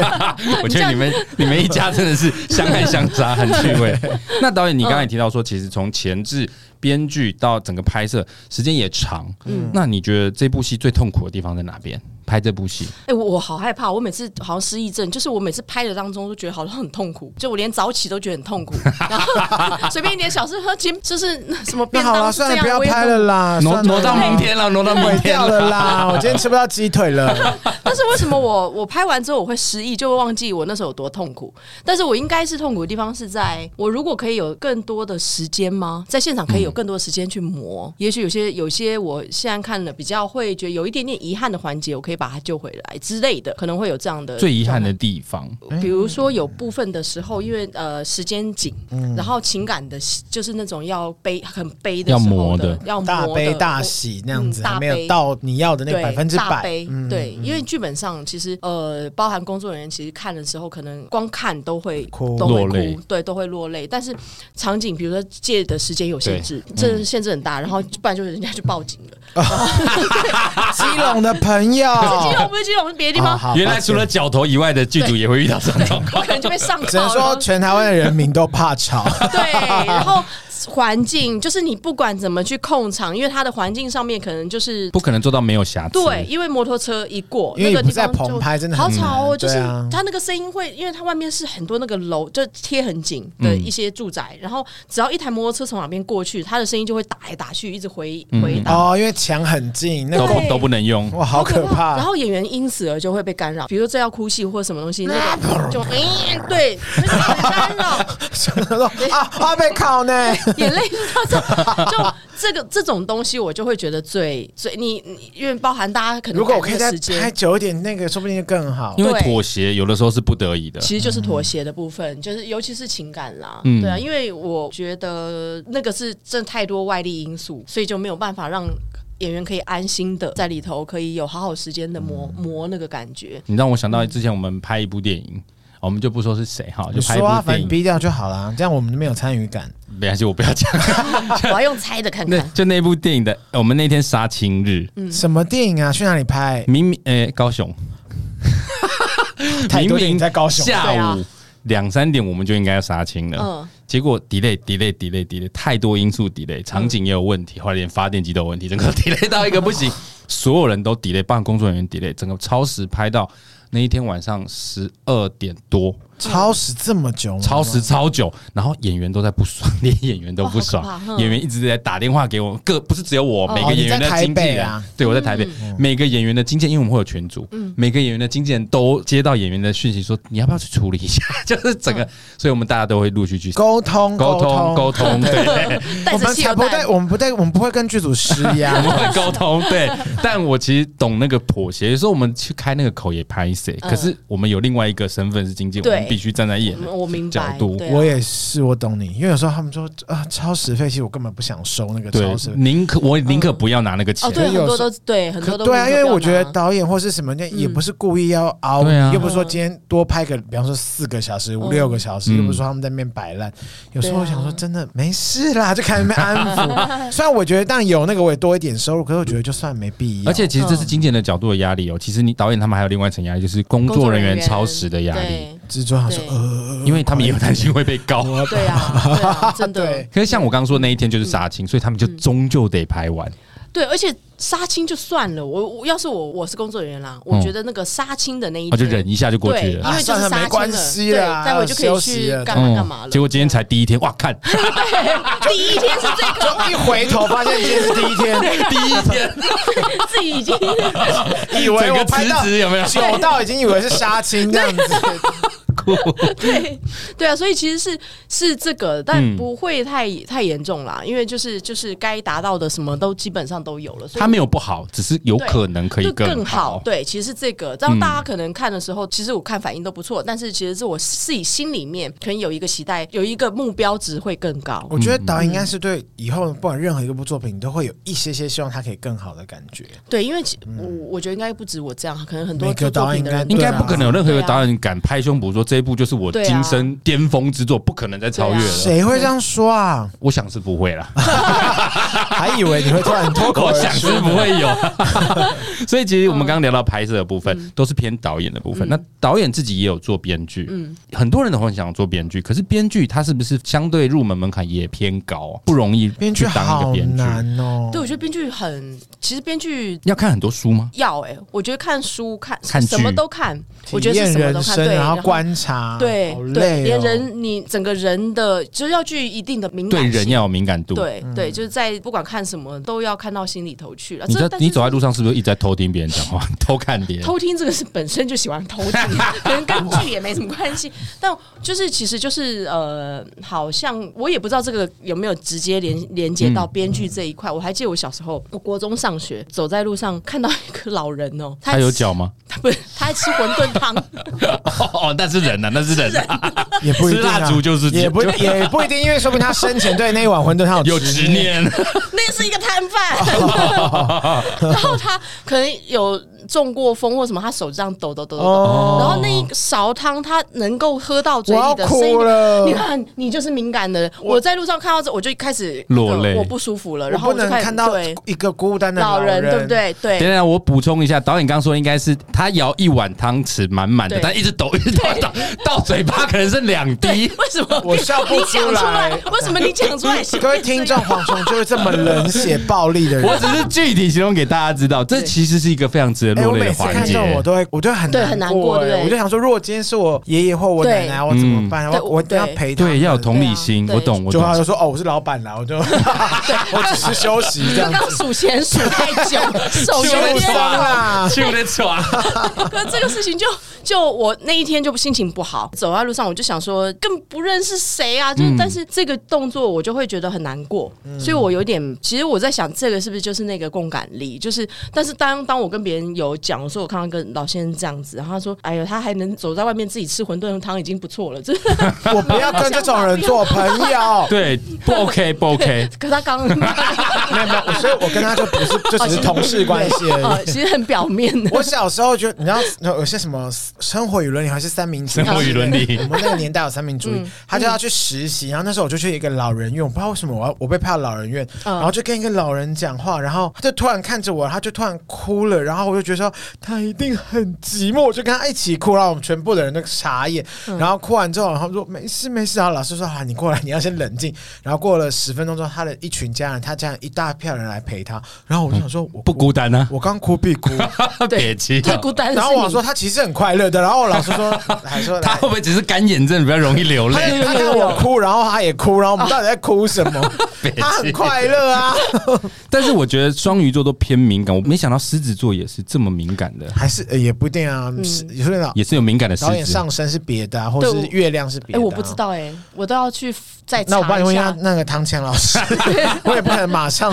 A: 我觉得你们你们一家真的是相爱相杀，很趣味。那导演，你刚才也提到说，其实从前置、编剧到整个拍摄时间也长，
B: 嗯
A: 那你觉得这部戏最痛苦的地方在哪边？拍这部戏，
C: 哎、我我好害怕，我每次好像失忆症，就是我每次拍的当中都觉得好像很痛苦，就我连早起都觉得很痛苦，然后 随便一点小事喝金就是什么
B: 那
C: 便
B: 好了，
C: 当
B: 算
C: 这
B: 了，
C: 样，
B: 不要
C: 我也
B: 拍
C: 很
B: 了啦，
A: 挪
B: 啊算了
A: 挪到
B: 啦
A: 明天了，挪到
B: 毁
A: 明天
B: 掉
A: 了。
B: 了啦！我今天吃不到鸡腿 了。
C: 但是为什么我我拍完之后我会失忆，就会忘记我那时候有多痛苦？但是我应该是痛苦的地方是在我如果可以有更多的时间吗？在现场可以有更多的时间去磨。也许有些有些我现在看了比较会觉得有一点点遗憾的环节，我可以把他救回来之类的，可能会有这样的
A: 最遗憾的地方，
B: 哎
C: 比如说有部分的时候，因为呃时间紧，然后情感的，就是那种要悲很悲的
A: 要
C: 时候
A: 磨的
C: 要磨
B: 大悲
C: 的
B: 大
C: 我
B: 喜那样子，
C: 嗯大
B: 还没有
C: 悲
B: 到你要的那
C: 对
B: 百嗯分之
C: 大
B: 百。
C: 悲，对，因为剧本上其实呃，包含工作人员其实看的时候，可能光看都会
B: 哭
C: 都会
A: 落泪
C: 哭，对，都会落泪。但是场景，比如说借的时间有限制，
B: 嗯
C: 这限制很大，然后不然就是人家去报警了。
B: 基隆的朋友，
C: 基隆不是基隆，是别的地
B: 好
C: 方，
B: 好
A: 原来
B: 啊抱歉
A: 除了脚头以外的剧组也会遇到这种状况。
C: 我可能就被上
B: 只能
C: 铐。然
B: 说
C: 后
B: 全台湾的人民都怕吵。
C: 对，然后环境就是你不管怎么去控场，因为它的环境上面可能就是
A: 不可能做到没有瑕疵。
C: 对，，因为摩托车一过，
B: 因为
C: 那个
B: 你不
C: 地
B: 在
C: 方就
B: 棚拍真的
C: 好
B: 很
C: 吵
B: 难
C: 哦，就是
B: 对啊
C: 它那个声音会，因为它外面是很多那个楼，就贴很紧的一些住宅，然后只要一台摩托车从哪边过去，它的声音就会打来打去，一直回回打。
B: 哦，因为墙很近，那
A: 都
B: 个
A: 不都不能用。
B: 哇好可怕。
C: 然后演员因此而就会被干扰，比如说这要哭戏或什么东西，那个就呃哎、对，那个很干扰，
B: 想说啊啊被烤 呢，
C: 眼泪就这就这个这种东西，我就会觉得最最你你因为包含大家可能
B: 如果我可以
C: 赶
B: 再
C: 那个时
B: 拍
C: 间。
B: 久一点，那个说不定就更好。
A: 因为
C: 对
A: 妥协有的时候是不得已的，
C: 其实就是妥协的部分，就是尤其是情感啦，
A: 嗯
C: 对啊，因为我觉得那个是真的太多外力因素，所以就没有办法让演员可以安心的在里头，可以有好好时间的磨、
A: 嗯
C: 磨那个感觉。
A: 你让我想到之前我们拍一部电影，哦我们就不说是谁哈，就
B: 你
A: 拍一
B: 说啊，
A: 部电
B: 反正
A: 影，
B: 逼掉就好了，这样我们没有参与感。
A: 没关系，我不要讲。
C: 我要用猜的看
A: 那
C: 看，
A: 就那部电影的，呃我们那天杀青日，
C: 嗯
B: 什么电影啊？去哪里拍？
A: 明明诶高雄，
B: 太多电影在高雄
C: 对
A: 下
C: 啊
A: 午两三点我们就应该要杀青了，
C: 嗯
A: 结果 delay delay delay delay 太多因素 delay，场景也有问
C: 嗯
A: 题，后来连发电机都有问题，整个 delay 到一个不 行，所有人都 delay，帮工作人员 delay，整个超时拍到那一天晚上十二点多，
B: 超时这么久吗？
A: 超时超久，然后演员都在不爽， 连演员都不爽
C: 哦好可怕，嗯
A: 演员一直在打电话给我，各不是只有我，
C: 哦
A: 每个演员的经
B: 你在台
A: 纪
B: 北
A: 人
B: 啊，
A: 对我在台北，每个演员的经纪人，因为我们会有群组，每个演员的经纪人都接到演员的讯息说你要不要去处理一下， 就是整个，所以我们大家都会陆续去
B: 沟通
A: 沟通
B: 通
A: 沟通，对。
C: 带
B: 我
C: 着
B: 们
C: 汽
B: 才
C: 油
B: 不
C: 弹
B: 带，我们不带，我们不会跟剧组施
A: 我
B: 压。
A: 们会 沟通，对，但我其实懂那个妥协。有时候我们去开那个口也拍谁，可是我们有另外一个身份是经纪人，我
C: 对嗯
A: 们必须站在演员
C: 我我明
A: 角
C: 白，
A: 度
C: 对啊
B: 我也是，我懂你，因为有时候他们说啊，超时费，其实我根本不想收那个
A: 对
B: 超时，费。
A: 宁可我宁可不要拿那个钱
C: 哦，，对，
B: 有
C: 很多
B: 时
C: 都对，很
B: 可
C: 多都
B: 对啊，
C: 没
B: 因
C: 有
B: 为
C: 必要
B: 我觉得
C: 拿
B: 导演或是什么，
C: 嗯
B: 那也不是故意要熬，
A: 对啊
B: 又不是说今天多拍个，比方说四个小时、五
C: 嗯
B: 六个小时，
A: 嗯
B: 又不是说他们在那边摆烂。有时候
C: 对啊
B: 我想说，真的没事啦，就开始在那边安 抚。虽然我觉得，但有那个我也多一点收入，可是我觉得就算没必要。
A: 而且其实这是经纪人的角度的压
C: 嗯
A: 力哦。其实你导演他们还有另外一层压力，就是工
C: 工
A: 作
C: 作
A: 人
C: 人
A: 员超时的压力，
C: 对
B: 制作好说，
C: 对
B: 呃，
A: 因为他们也有担心会被告。
C: 对啊，对 啊，真的
B: 对。
A: 可是像我刚刚说那一天就是杀青，所以他们就终究得拍完。
C: 对，而且杀青就算了，我我要是我我是工作人员啦，
A: 嗯哦
C: 我觉得那个杀青的那一
A: 他就
C: 天，
A: 忍一下就过去
C: 对，
A: 了。嗯哦
C: 因为就是
B: 啊算了
C: 杀青
B: 没关系啦
C: 对，待会就可
B: 休
C: 以
B: 息
C: 去
B: 了
C: 干嘛干嘛了。
A: 结果今天才第一天，哇，看
C: 第一天是最可怕
B: 一回头发现今天是第一 天，
A: 第一天，
C: 的，自己已经
B: 以为
A: 整
B: 我
A: 个
B: 拍
A: 辞
B: 到
A: 职有没有？
B: 久到已经以为是杀青这样 子。
C: 对对啊，所以其实是是这个，但
A: 嗯
C: 不会太太严重啦，因为就是就是该达到的什么都基本上都有了，所以
A: 他没有不好，只是有可能可以
C: 就更
A: 好。嗯
C: 对，其实是这个，让大家可能看的时候，其实我看反应都不错，但是其实是我自己心里面可能有一个期待，有一个目标值会更高。
B: 我觉得导演应该是对以后不管任何一个部作品，你都会有一些些希望他可以更好的感觉。
C: 对，因为其我我觉得应该不止我这样，可能很
B: 每
C: 多
B: 个
C: 做作品的
B: 导演
C: 人
A: 应该不可能有任何一个
C: 对啊
A: 导演敢拍胸脯说这一部就是我
C: 对啊
A: 今生巅峰之作，不可能再超越了。
B: 谁会这样说啊？
A: 我想是不会啦。
B: 还以为你会突 然脱口
A: 我
B: 而
A: 想
B: 出
A: 是不会有， 所以其实我们刚刚聊到拍摄的部分，都是偏导演的部分。那导演自己也有做编剧，很多人都很想做编剧，可是编剧它是不是相对入门门槛也偏高，啊不容易
B: 编
A: 去
B: 剧
A: 当一个
B: 好
A: 编剧？
B: 难哦。
C: 对，我觉得编剧很，其实编剧
A: 要看很多书吗？
C: 要哎、我觉得看书看
A: 看剧
C: 什么都看，我
B: 体
C: 觉得是
B: 验
C: 什么
B: 人
C: 都看，
B: 生，
C: 对，
B: 然
C: 然
B: 后观察，
C: 对
B: 好
C: 对，
B: 累、哦，
C: 连人你整个人的就是要具一定的敏感
A: 对
C: 性，
A: 人要有敏感度。，
C: 对
B: 嗯
C: 对，就是在不管看什么都要看到心里头去了。
A: 你
C: 这
A: 在
C: 但是
A: 你走在路上是不是一直在偷听别人讲 话，偷看别人？
C: 偷听这个是本身就喜欢偷 听，可能跟剧也没什么关系。但就是其实就是呃，好像我也不知道这个有没有直接连连接到编剧这一块。我还记得我小时候，我国中上学，走在路上看到一个老人哦、
A: 他有脚吗？
C: 他不是他在吃馄饨汤，
A: 哦，那是人呐，那是人啊，
B: 也不一定、啊，
A: 吃蜡烛就是
B: 也不也不一定，因为说不定他生前对那一碗馄饨他
A: 有
B: 执
A: 执。念。
C: 那是一个摊 贩，然后他可能有中过风或什么，他手这样抖抖抖抖抖。
B: 哦
C: 然后那一勺汤，他能够喝到嘴里的
B: 我要
C: 声音
B: 哭了
C: 你看，你就是敏感的人。我在路上看到这，我就开始
A: 落泪
C: 呃我不舒服了。
B: 我
C: 然后
B: 不
C: 我就
B: 能
C: 开始
B: 看到
C: 对
B: 一个孤单的
C: 老人，
B: 人，
C: 对不？对？
A: 等
C: 对，
A: 等，我补充一下，导演刚说应该是他舀一碗汤匙满满的，
C: 对
A: 但一直抖，一直抖，到到嘴巴可能剩两滴。
C: 为什么
B: 我笑不
C: 你讲
B: 出
C: 出
B: 来
C: 来？为什么你讲出来？
B: 各位听众，黄虫就是这么冷血暴力的人
A: 我。只是具体形容给大家知道，这
C: 对
A: 其实是一个非常值得
B: 哎，
A: 落
B: 我
A: 泪
B: 每
A: 的
B: 次
A: 环
B: 看
A: 节
B: 到。我都会，我就很
C: 对很难过
B: 哎
C: 对不对
B: 我就想说，如果今天是我爷爷或我奶奶，
C: 对
B: 我怎么办？
C: 对
B: 我我一定要
C: 对
B: 陪他们。
A: 嗯对，要有同理心，
C: 对啊
A: 我懂，我
B: 就
A: 懂。
B: 他就说：“哦，我是老板啦，我 就 我只是休息这样
C: 刚
B: 子，
C: 刚数钱数太 久，手有
B: 受
C: 点啊
B: 伤啦。
A: 去我的床，
B: 啊
C: 可啊这个事情就就我那一天就心情不好，走在路上我就想说，更不认识谁啊，
B: 嗯
C: 就是、但是这个动作我就会觉得很难过，所以我有点，其实我在想这个是不是就是那个共感力，就是，但是当当我跟别人有讲，我说我看到一个老先生这样子，然后他说，哎呦，他还能走在外面自己吃馄饨汤已经不错了，这
B: 我不要跟这种人做朋友。
A: 对，不 OK，不 OK，
C: 可他刚刚
B: 没有没有，所以我跟他就不是，就只是同事关系而已。
C: 呃，其实很表面的，
B: 我小时候就你知道有些什么生活与伦理还是三民主义，
A: 生活与伦理
B: 我们那个年代有三民主义，他就要去实习，然后那时候我就去一个老人院，我不知道为什么我要我被派到老人院，
C: 嗯
B: 然后就跟一个老人讲话，然后他就突然看着我，他就突然哭了，然后我就觉得说他一定很寂寞，我就跟他一起哭，然后我们全部的人都傻眼，然后哭完之后，然后说没事没事，然后老师说啊你过来，你要先冷静，然后过了十分钟之后，他的一群家人，他家人一大票人来陪他，然后我就想说我
A: 不孤单啊，
B: 我刚哭必哭。
A: 别
C: 对
A: 急。
C: 最孤单的是你。
B: 然后我说他其实很快乐的，然后我老师 说，还说
A: 他
B: 来
A: 会不会只是干眼症比较容易流
B: 他
A: 泪？
B: 他看我哭，然后他也哭，然后我们到底在哭什么？
A: 别
B: 他很
A: 急
B: 快乐啊，
A: 但是我觉得双鱼座都偏敏感，我没想到狮子座也是这么敏感的，
B: 还是、呃也不一定啊，是有时候
A: 也是有敏感的狮
B: 导演
A: 子。
B: 上身是别的、啊，或
C: 嗯对
B: 是
C: 我
B: 月亮是别的、
C: 哎、
B: 啊。
C: 我不知。道哎、我都要去再
B: 那我帮
C: 查
B: 你哦
C: 一
B: 问一
C: 下
B: 下。那个唐强老 师，我也不可能马上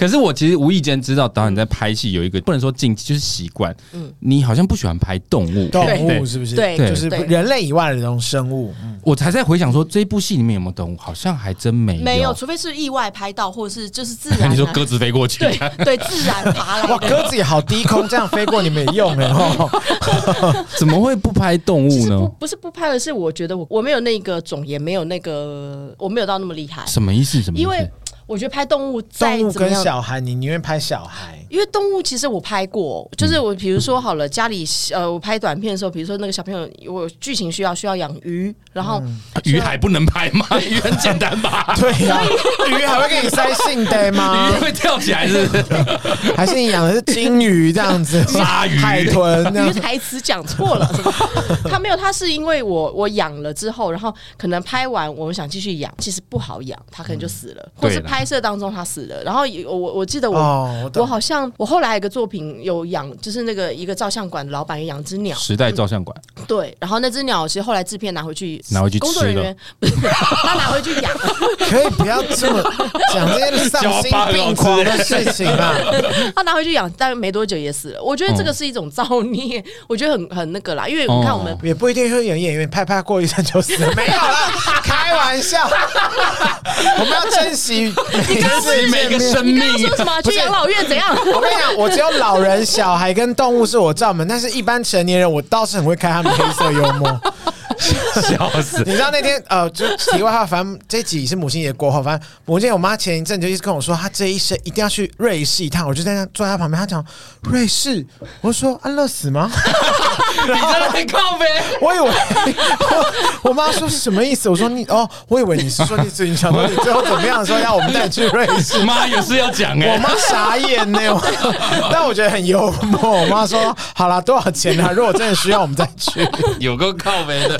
A: 可是我其实无意间知道导演在拍戏有一个不能说禁忌，就是习惯。嗯，你好像不喜欢拍动物。
B: 动
A: 对
B: 物是不是？
C: 对
B: 就是
C: 对
B: 人类以外的那种生物。嗯
A: 我才在回想说这部戏里面有没有动物，好像还真没有。
C: 没有，除非是意外拍到，或者是就是自 然、啊。
A: 你说鸽子飞过去，
C: 对对，自然爬来
B: 哇，
C: 的。
B: 鸽子也好低空，这样飞过你们也 用了哦。
A: 怎么会不拍动
C: 其
A: 物
C: 实不
A: 呢？
C: 不是不拍的，是我觉得我我没有那个种，也没有那个我没有到那么厉害，
A: 什么意思？什么意
C: 因为
A: 思？
C: 我觉得拍动物再
B: 动物
C: 怎么
B: 跟
C: 样。
B: 小孩，你宁愿拍小孩？
C: 因为动物其实我拍过，就是
B: 嗯
C: 我比如说好了，家里呃我拍短片的时候，比如说那个小朋友我有剧情需要需要养鱼，然后
B: 嗯
A: 啊鱼海不能拍吗？鱼很简单吧？
C: 啊
B: 对呀、鱼还会给你塞信的吗？
A: 鱼会跳起来是不是？
B: 还是你养的是金鱼这样子，
A: 鲨鱼
B: 海豚这
C: 因为
B: 样。
C: 台词讲错了， 怎么他没有，他是因为我我养了之后，然后可能拍完我们想继续养，其实不好养，他可能就死了，或
A: 嗯对
C: 是
A: 啦
C: 拍摄当中他死了，然后有我我记得我、
B: 哦我懂
C: 我好像我后来有一个作品有养，就是那个一个照相馆的老板有养只鸟，
A: 时代照相馆，
C: 对，然后那只鸟其实后来制片拿回去，
A: 拿回去
C: 工作人
A: 吃了
C: 员不是他拿回去 养，
B: 可以不要这么讲这些丧心病狂的事情啊嘛？
C: 他拿回去养，但没多久也死了。我觉得这个是一种造孽，我觉得很很那个啦，因为你看我们
A: 哦
B: 也不一定说演演员拍拍过一阵就死了，没有 啦，开玩笑。我们要珍惜每一次
A: 每
B: 见
A: 个
B: 面。
A: 生
C: 你
A: 命
C: 刚刚说什么
B: 不
C: 去
B: 是
C: 养老院怎样？
B: 我跟你讲，我只有老人、小孩跟动物是我罩门，但是一般成年人我倒是很会开他们黑色幽默。
A: 笑死。
B: 你知道那天呃，就题外话，反正这集是母亲节过后，反正母亲节我妈前一阵就一直跟我说，她这一生一定要啊去瑞士一趟。我就在那坐在她旁边，她讲瑞士，我就说安乐死吗？
A: 你在 那里靠呗？
B: 我以为我我妈说是什么意思？我说你哦，我以为你是说你最近想说你最后怎么样，说要我们带你去瑞 士。
A: 妈有事要讲哎、
B: 我妈 傻眼呢、我但我觉得 很幽默。我妈说：“好啦，多少钱啊？如果真的需要，我们再 去。
A: 有个靠呗的，”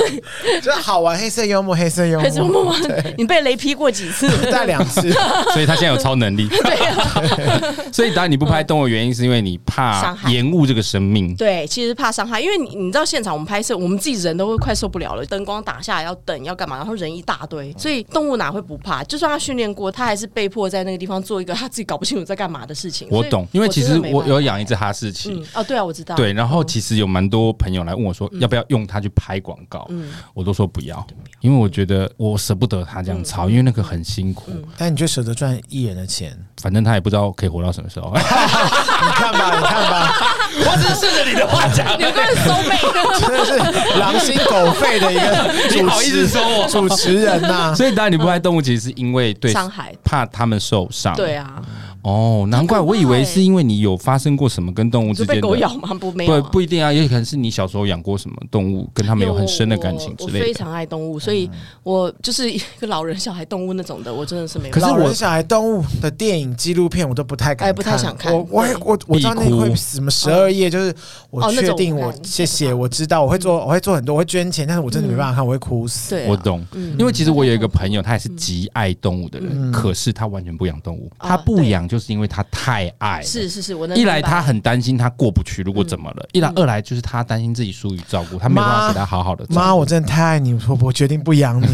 B: 就是好玩，黑色幽默，黑色幽默，
C: 还是梦吗？你被雷劈过几次？
B: 带两次。
A: 所以他现在有超能力。
C: 对啊，
A: 所以当然你不拍动物的原因是因为你怕
C: 伤害
A: 延误这个生命。
C: 对，其实怕伤害，因为你你知道现场我们拍摄，我们自己人都会快受不了了，灯光打下来要等要干嘛，然后人一大堆，所以动物哪会不怕？就算它训练过，它还是被迫在那个地方做一个它自己搞不清楚在干嘛的事情。
A: 我
C: 所以
A: 懂，因为其实
C: 真的没
A: 我
C: 办法
A: 有养一只哈士奇，
C: 嗯哦，对啊，我知道， 嗯
A: 对，然后其实有蛮多朋友来问我说，要不要用它去拍广告？我都说不要，因为我觉得我舍不得它这
C: 嗯
A: 样操，因为那个很辛苦，
B: 但你却舍得赚艺人的钱，
A: 反正它也不知道可以活到什么时 候。
B: 你看吧，你看吧，
A: 我只是顺着你的话讲，
C: 有个人收
A: 啊
C: 背，
B: 真的是狼心狗肺的一个主
A: 你好意思
B: 持
A: 说我
B: 主持人呐、
A: 所以当然你不拍动物，其实是因为对
C: 伤害
A: 怕它们受伤。
C: 对啊，
A: 哦，难怪我以为是因为你有发生过什么跟动物之
C: 就被
A: 间
C: 狗
A: 的。
C: 咬吗？不，没有
A: 不
C: 啊、
A: 不一定啊，也可能是你小时候养过什么动物，跟它们有很深的感情之
C: 我我
A: 类
C: 非
A: 的。嗯
C: 常爱动物，所以我就是一个老人、小孩、动物那种的，我真的是没有。
A: 可是
B: 老
A: 我
B: 人、小孩、动物的电影、纪录片，我都不太敢看，
C: 哎不太想看
B: 我我也我我知道那
A: 必哭
B: 会什么十二页，就是我
C: 哦那
B: 确
C: 种
B: 定
C: 我
B: 我
C: 看嗯
B: 谢谢，我知道我会做，我会做很多，我会捐钱，但是我真的没办法看，我会哭死。
C: 对啊、
A: 我懂，
C: 嗯
A: 因为其实我有一个朋友，他也是极爱动物的人，
B: 嗯
A: 可是他完全不养动物。他不养就是因为他太爱了，
C: 哦是是是，嗯我能
A: 一来
C: 明白
A: 他很担心他过不去，如果怎么了；一来二来就是他担心自己疏于照顾，他没有办法给他好好的照
B: 妈，
A: 顾。
B: 我真的太爱你，我我决定不养 你。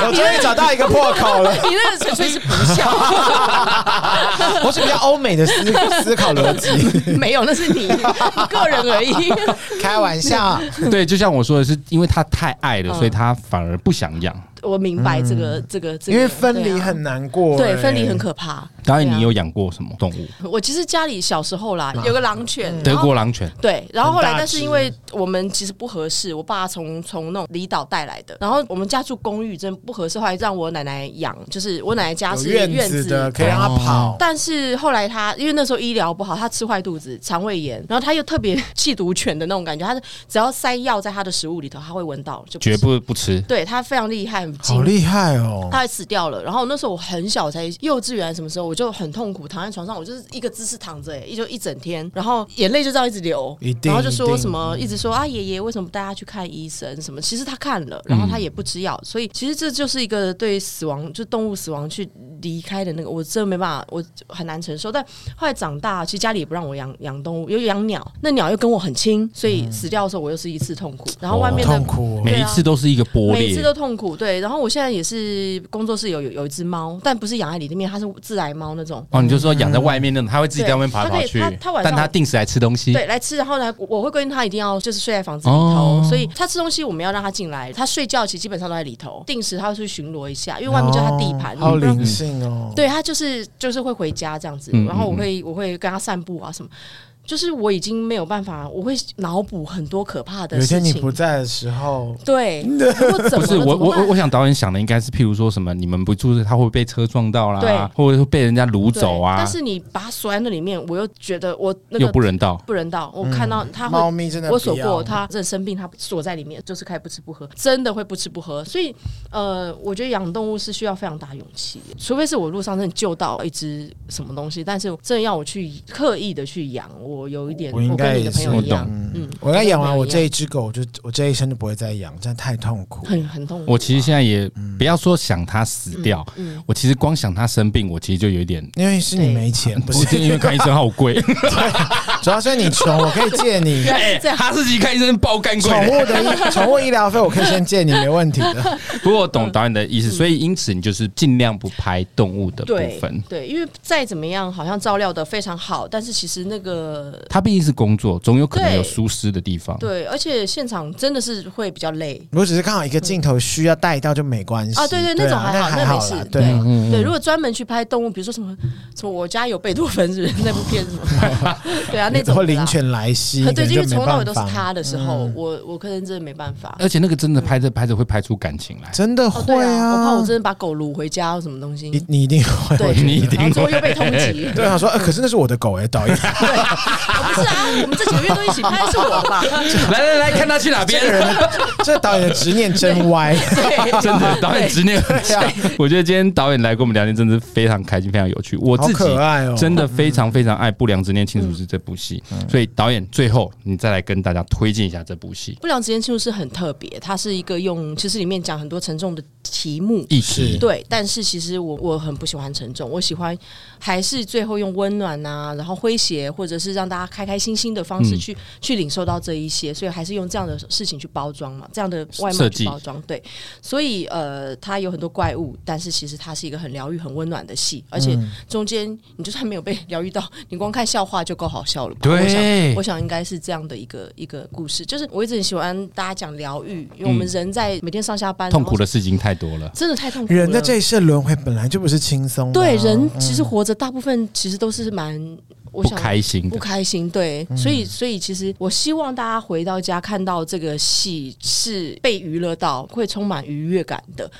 B: 我终于找到一个破口了，
C: 你那个纯粹是不 孝，
B: 我是比较欧美的思思考逻 辑，
C: 没有，那是你你个人而已。
B: 开玩笑。啊
A: 对，就像我说的是，因为他太爱了，
C: 嗯
A: 所以他反而不想养。
C: 我明白这个、这个，
B: 嗯
C: 这
B: 因
C: 个啊
B: 为分离很难过、
C: 对,、
B: 哎
C: 分离很可怕。
A: 当然，你
C: 对啊
A: 有养过什么动物？
C: 我其实家里小时候啦，有个狼犬，然
A: 德
C: 后
A: 国狼犬。
C: 对，啊然后后
B: 啊嗯很
C: 来，
B: 大
C: 但是
B: 只
C: 因为我们其实不合适，我爸从从那种离岛带来的，然后我们家住公寓，真不合适，后来让我奶奶养，就是我奶奶家
B: 有
C: 是
B: 院子的，可以让它跑。
C: 但是后来他因为那时候医疗不好，他吃坏肚子，肠胃炎，然后他又特别 气毒犬的那种感觉，他是只要塞药在他的食物里头，他会闻到，就
A: 绝
C: 吃
A: 不不吃。
C: 对他非常厉害，很
B: 好
C: 精
B: 厉害哦！
C: 他还死掉了。然后那时候我很小，才幼稚园什么时候，我就很痛苦，躺在床上，我就是一个姿势躺着、欸，一就一整天，然后眼泪就这样一直流
B: 一，定
C: 然后就
B: 一
C: 说
B: 定
C: 什么一直说啊爷爷为什么不带他去看医生什么，其实他看了，
B: 嗯
C: 然后他也不吃药，所以其实这就是一个对死亡就动物死亡去离开的那个，我真的没办法，我很难承受。但后来长大，其实家里也不让我养养动物，有养鸟，那鸟又跟我很亲，所以死掉的时候我又是一次痛苦，然后外面的、
B: 嗯痛苦、哦，
A: 每一次都是一个波
C: 啊每一次
A: 裂
C: 都，痛苦，对。然后我现在也是工作室有有有一只猫，但不是养在里面，它是自来猫那种。
A: 哦，你就说养在外面那种，它会自己在外面爬来爬去
C: 对它可以它它，晚上
A: 但它定时来吃东西。
C: 对，来吃，然后呢，我我会规定它一定要就是睡在房子里头，
A: 哦
C: 所以它吃东西我们要让它进来，它睡觉其实基本上都在里头，定时它会去巡逻一下，因为外面就是它地盘，
B: 哦好
C: 你不让
B: 灵性哦。
C: 对它就是就是会回家这样子
A: 嗯，
C: 然后我会我会跟它散步啊什么，就是我已经没有办法，我会脑补很多可怕的
B: 有一
C: 事
B: 天你
C: 情。
B: 不在的时候，
C: 对，如果
A: 不
C: 怎么
A: 是
C: 了
A: 我
C: 怎么
A: 我我
C: 办
A: 我想导演想的应该是，譬如说什么你们不注意，它会被车撞到
C: 对
A: 啦，或者会被人家掳
C: 对
A: 走啊
C: 但，是你把它锁在那里面，我又觉得我那
A: 又
C: 个
A: 不人道。
C: 不人道。我看到他会，
B: 嗯猫咪真的
C: 我锁
B: 不要
C: 过，他真的生病，他锁在里面，就是开始不吃不喝，真的会不吃不喝。所以，呃，我觉得养动物是需要非常大勇气的，除非是我路上真的救到一只什么东西，但是真的要我去刻意的去养，我有一点，
B: 我应
C: 我
B: 该
C: 跟你
B: 也
C: 的
B: 是
C: 朋友一样
A: 我，
C: 嗯，
B: 我刚养完我
C: 跟你的
B: 这一只狗，我就我这一生就不会再养，真的太痛苦。
C: 朋友一样很很痛苦。
A: 我其实现在也不要说想它死掉，
C: 嗯，
A: 我其实光想它生病，我其实就有一点，
B: 因为是你没钱，不
A: 不是
B: 是，
A: 因为看医生好 贵，哎
B: 主要是你穷，我可以借 你
C: 是这样
A: 哈士奇看医生爆干贵
B: 宠
A: 的。
B: 物的医宠物医疗费，我可以先借你，没问题的。
A: 不过我懂导演的
C: 嗯
A: 意思，所以因此你就是尽量不拍动物的部
C: 对
A: 分。
C: 对，因为再怎么样，好像照料的非常好，但是其实那个
A: 它毕竟是工作，总有可能有
C: 对
A: 疏失的地方。
C: 对，而且现场真的是会比较累，
B: 如果只是刚好一个镜头需要带到就没关系
C: 啊，对对，那
B: 啊
C: 种还好，
B: 还
C: 没
B: 好啦
C: 事。
B: 对啊，
C: 对，如果专门去拍动物，比如说什么什么，我家有贝多芬是不是那部片什么？对啊，啊，那种
B: 会
C: 的啦
B: 灵犬来袭，
C: 对，
B: 可能
C: 因为
B: 就没
C: 从头到尾都是
B: 办法
C: 他的时候，我我可能真的没办法。
A: 而且那个真的拍着拍着会拍出感情来，
B: 真的
C: 哦，
B: 会
C: 对啊，我怕我
B: 啊
C: 真，的把狗掳回家或什么东西。
B: 你你一定会，
C: 对，
A: 你一定
C: 然后最后
A: 会
C: 又被通 缉。
B: 对啊，说，呃可是那是我的狗哎，导演，
C: 啊不是啊，我们这几个月都一起拍，是我吧？
A: 来来来，看他去哪边。
B: 这导演的执念真歪。
C: 对， 啊
A: 真的，导演执念很强
B: 对。
A: 我觉得今天导演来跟我们聊天，真的是非常开心，非常有趣。 我自
B: 好
A: 己
B: 可爱哦
A: 真的非常非常爱《不良执念清除师》这部戏，
C: 嗯
A: 所以导演最后你再来跟大家推荐一下这部戏
C: 不良职业庆祝是很特别，它是一个用，其实里面讲很多沉重的题目，
A: 议题。
C: 对，但是其实我我很不喜欢沉重，我喜欢还是最后用温暖呐、然后诙谐或者是让大家开开心心的方式
A: 嗯
C: 去、去领受到这一些，所以还是用这样的事情去包装嘛，这样的外
A: 设
C: 貌
A: 计
C: 去包装。对，所以呃，它有很多怪物，但是其实它是一个很疗愈、很温暖的戏，而且
A: 嗯
C: 中间你就算没有被 疗愈到，你光看笑话就够好笑了吧？我想
A: 对
C: 我想应该是这样的一个一个故事，就是我一直很喜欢大家讲疗愈，因为我们人在每天上下班
A: 嗯痛苦
C: 的。
A: 的事情太多了，
C: 真的太痛苦了。
B: 人在这一世轮回本来就不是轻松的啊，
C: 对，人其实活着大部分其实都是蛮，我
A: 不
C: 想
A: 开心
C: 不
A: 的。
C: 开心，对，所以所以其实我希望大家回到家看到这个戏是被娱乐到，会充满愉悦感的，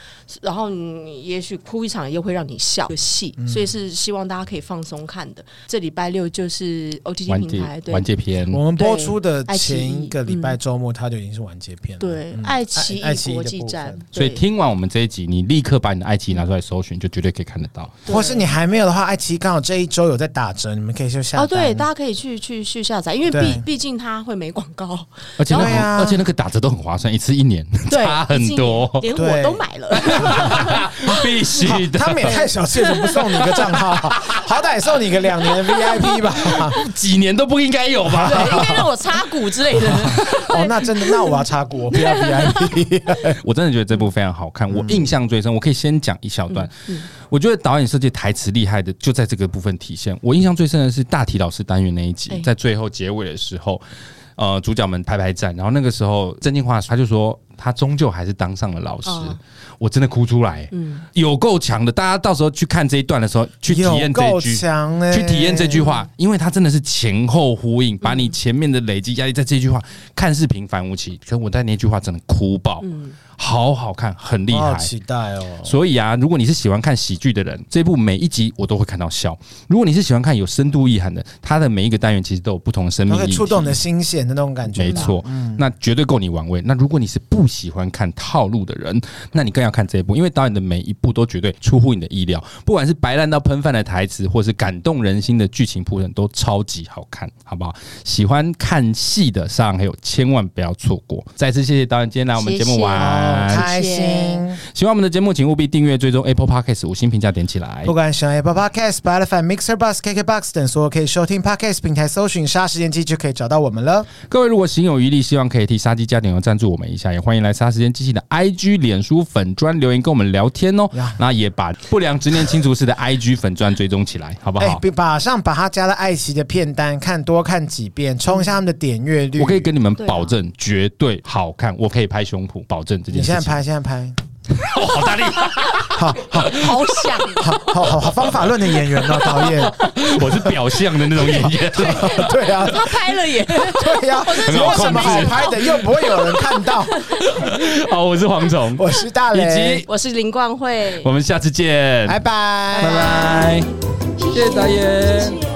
C: 然后你也许哭一场又会让你笑的戏，所以是希望大家可以放松看的。这礼拜六就是 OTT
A: 完
C: 平
A: 结
C: 台，对
A: 完结篇，
B: 我们播出的
C: 对爱奇
B: 前
C: 艺嗯
B: 一个礼拜周末，它就已经是完结篇了。
C: 对
B: 嗯
C: 爱奇
B: 爱
C: 艺
B: 奇艺
C: 国
B: 的
C: 际
B: 部分
C: 站，
A: 所以
C: 对
A: 听完我们这一集，你立刻把你的爱奇艺拿出来搜寻，就绝对可以看得到。
B: 或是你还没有的话，爱奇艺刚好这一周有在打折，你们可以去下单。
C: 哦，对，大家可以去去去下载，因为
B: 对
C: 毕毕竟它会没广告，
A: 而且那
B: 对啊
A: 个，而且那个打折都很划算，一次一 年
C: 对，
A: 差很多，
C: 连
B: 对
C: 我都买了。
A: 必须的。
B: 他们也太小气了，怎么不送你一个账号？好歹送你个两年的 VIP 吧。
A: 几年都不应该有吧？
C: 对，应该让我插股之类的。
B: 哦，那真的，那我要插股，我不要 VIP。
A: 我真的觉得这部非常好看，我印象最深。我可以先讲一小段，我觉得导演设计台词厉害的就在这个部分体现。我印象最深的是大体老师单元那一集
C: 哎，
A: 在最后结尾的时候，呃，主角们排排站，然后那个时候郑敬华他就说。他终究还是当上了老师，
C: 哦
A: 我真的哭出来，有够强的。大家到时候去看这一段的时候，去体验
B: 有
A: 这一
B: 够
A: 句，
B: 强哎！
A: 去体验这句。话，因为它真的是前后呼应，把你前面的累积压力在这句话看似平凡无奇，可我在那句话真的哭爆，好好看，很厉
B: 我好
A: 害。
B: 期待哦！
A: 所以啊，如果你是喜欢看喜剧的人，这部每一集我都会看到笑；如果你是喜欢看有深度意涵的，它的每一个单元其实都有不同的生
B: 它
A: 命
B: 可
A: 意
B: 以
A: 义。
B: 触动你的心弦的那种
C: 啊
B: 感觉。
A: 没，错，
C: 嗯
A: 那绝对够你玩味。那如果你是不喜欢看套路的人，那你更要看这一部，因为导演的每一部都绝对出乎你的意料，不管是白烂到喷饭的台词，或是感动人心的剧情铺陈，都超级好看，好不好？喜欢看戏的上还有千万不要错过。再次谢谢导演今天来我们节目玩，
C: 谢谢
B: 开心。
A: 喜欢我们的节目，请务必订阅、追踪 Apple Podcast 五星评价点起来
B: 不。管使用 Apple Podcast、Spotify、Mixer、Bus、KKBox 等所有可以收听 Podcast 平台，搜寻“杀时间机”就可以找到我们了。
A: 各位如果行有余力，希望可以替杀鸡加点油赞助我们一下，也欢迎来杀时间机器的 IG、脸书粉专留言跟我们聊天哦
B: 呀。
A: 那也把不良执念清除师的 IG 粉专追踪起来，好不
B: 哎、
A: 好？
B: 别马上把他家的爱奇艺的片单看多看几遍，冲一下他们的点阅率。
A: 我可以跟你们
C: 对啊
A: 保证，绝对好看，我可以拍胸脯，保证这
B: 你
A: 件事
B: 现
A: 情。
B: 在拍，现在拍，
A: 哦，好大力！
C: 好想
B: 好好好好方法论的演员 哦，导演。
A: 我是表象的那种演员，
B: 对 啊，
C: 他拍了耶，
B: 对啊，
A: 很好
B: 有什么好拍的？又不会有人看到。
A: 好，我是蝗虫，
B: 我是大
A: 以
B: 雷
A: 及，
C: 我是林冠慧
A: 我，们下次见，
B: 拜拜，拜
A: 拜拜，谢谢导演。
C: 谢谢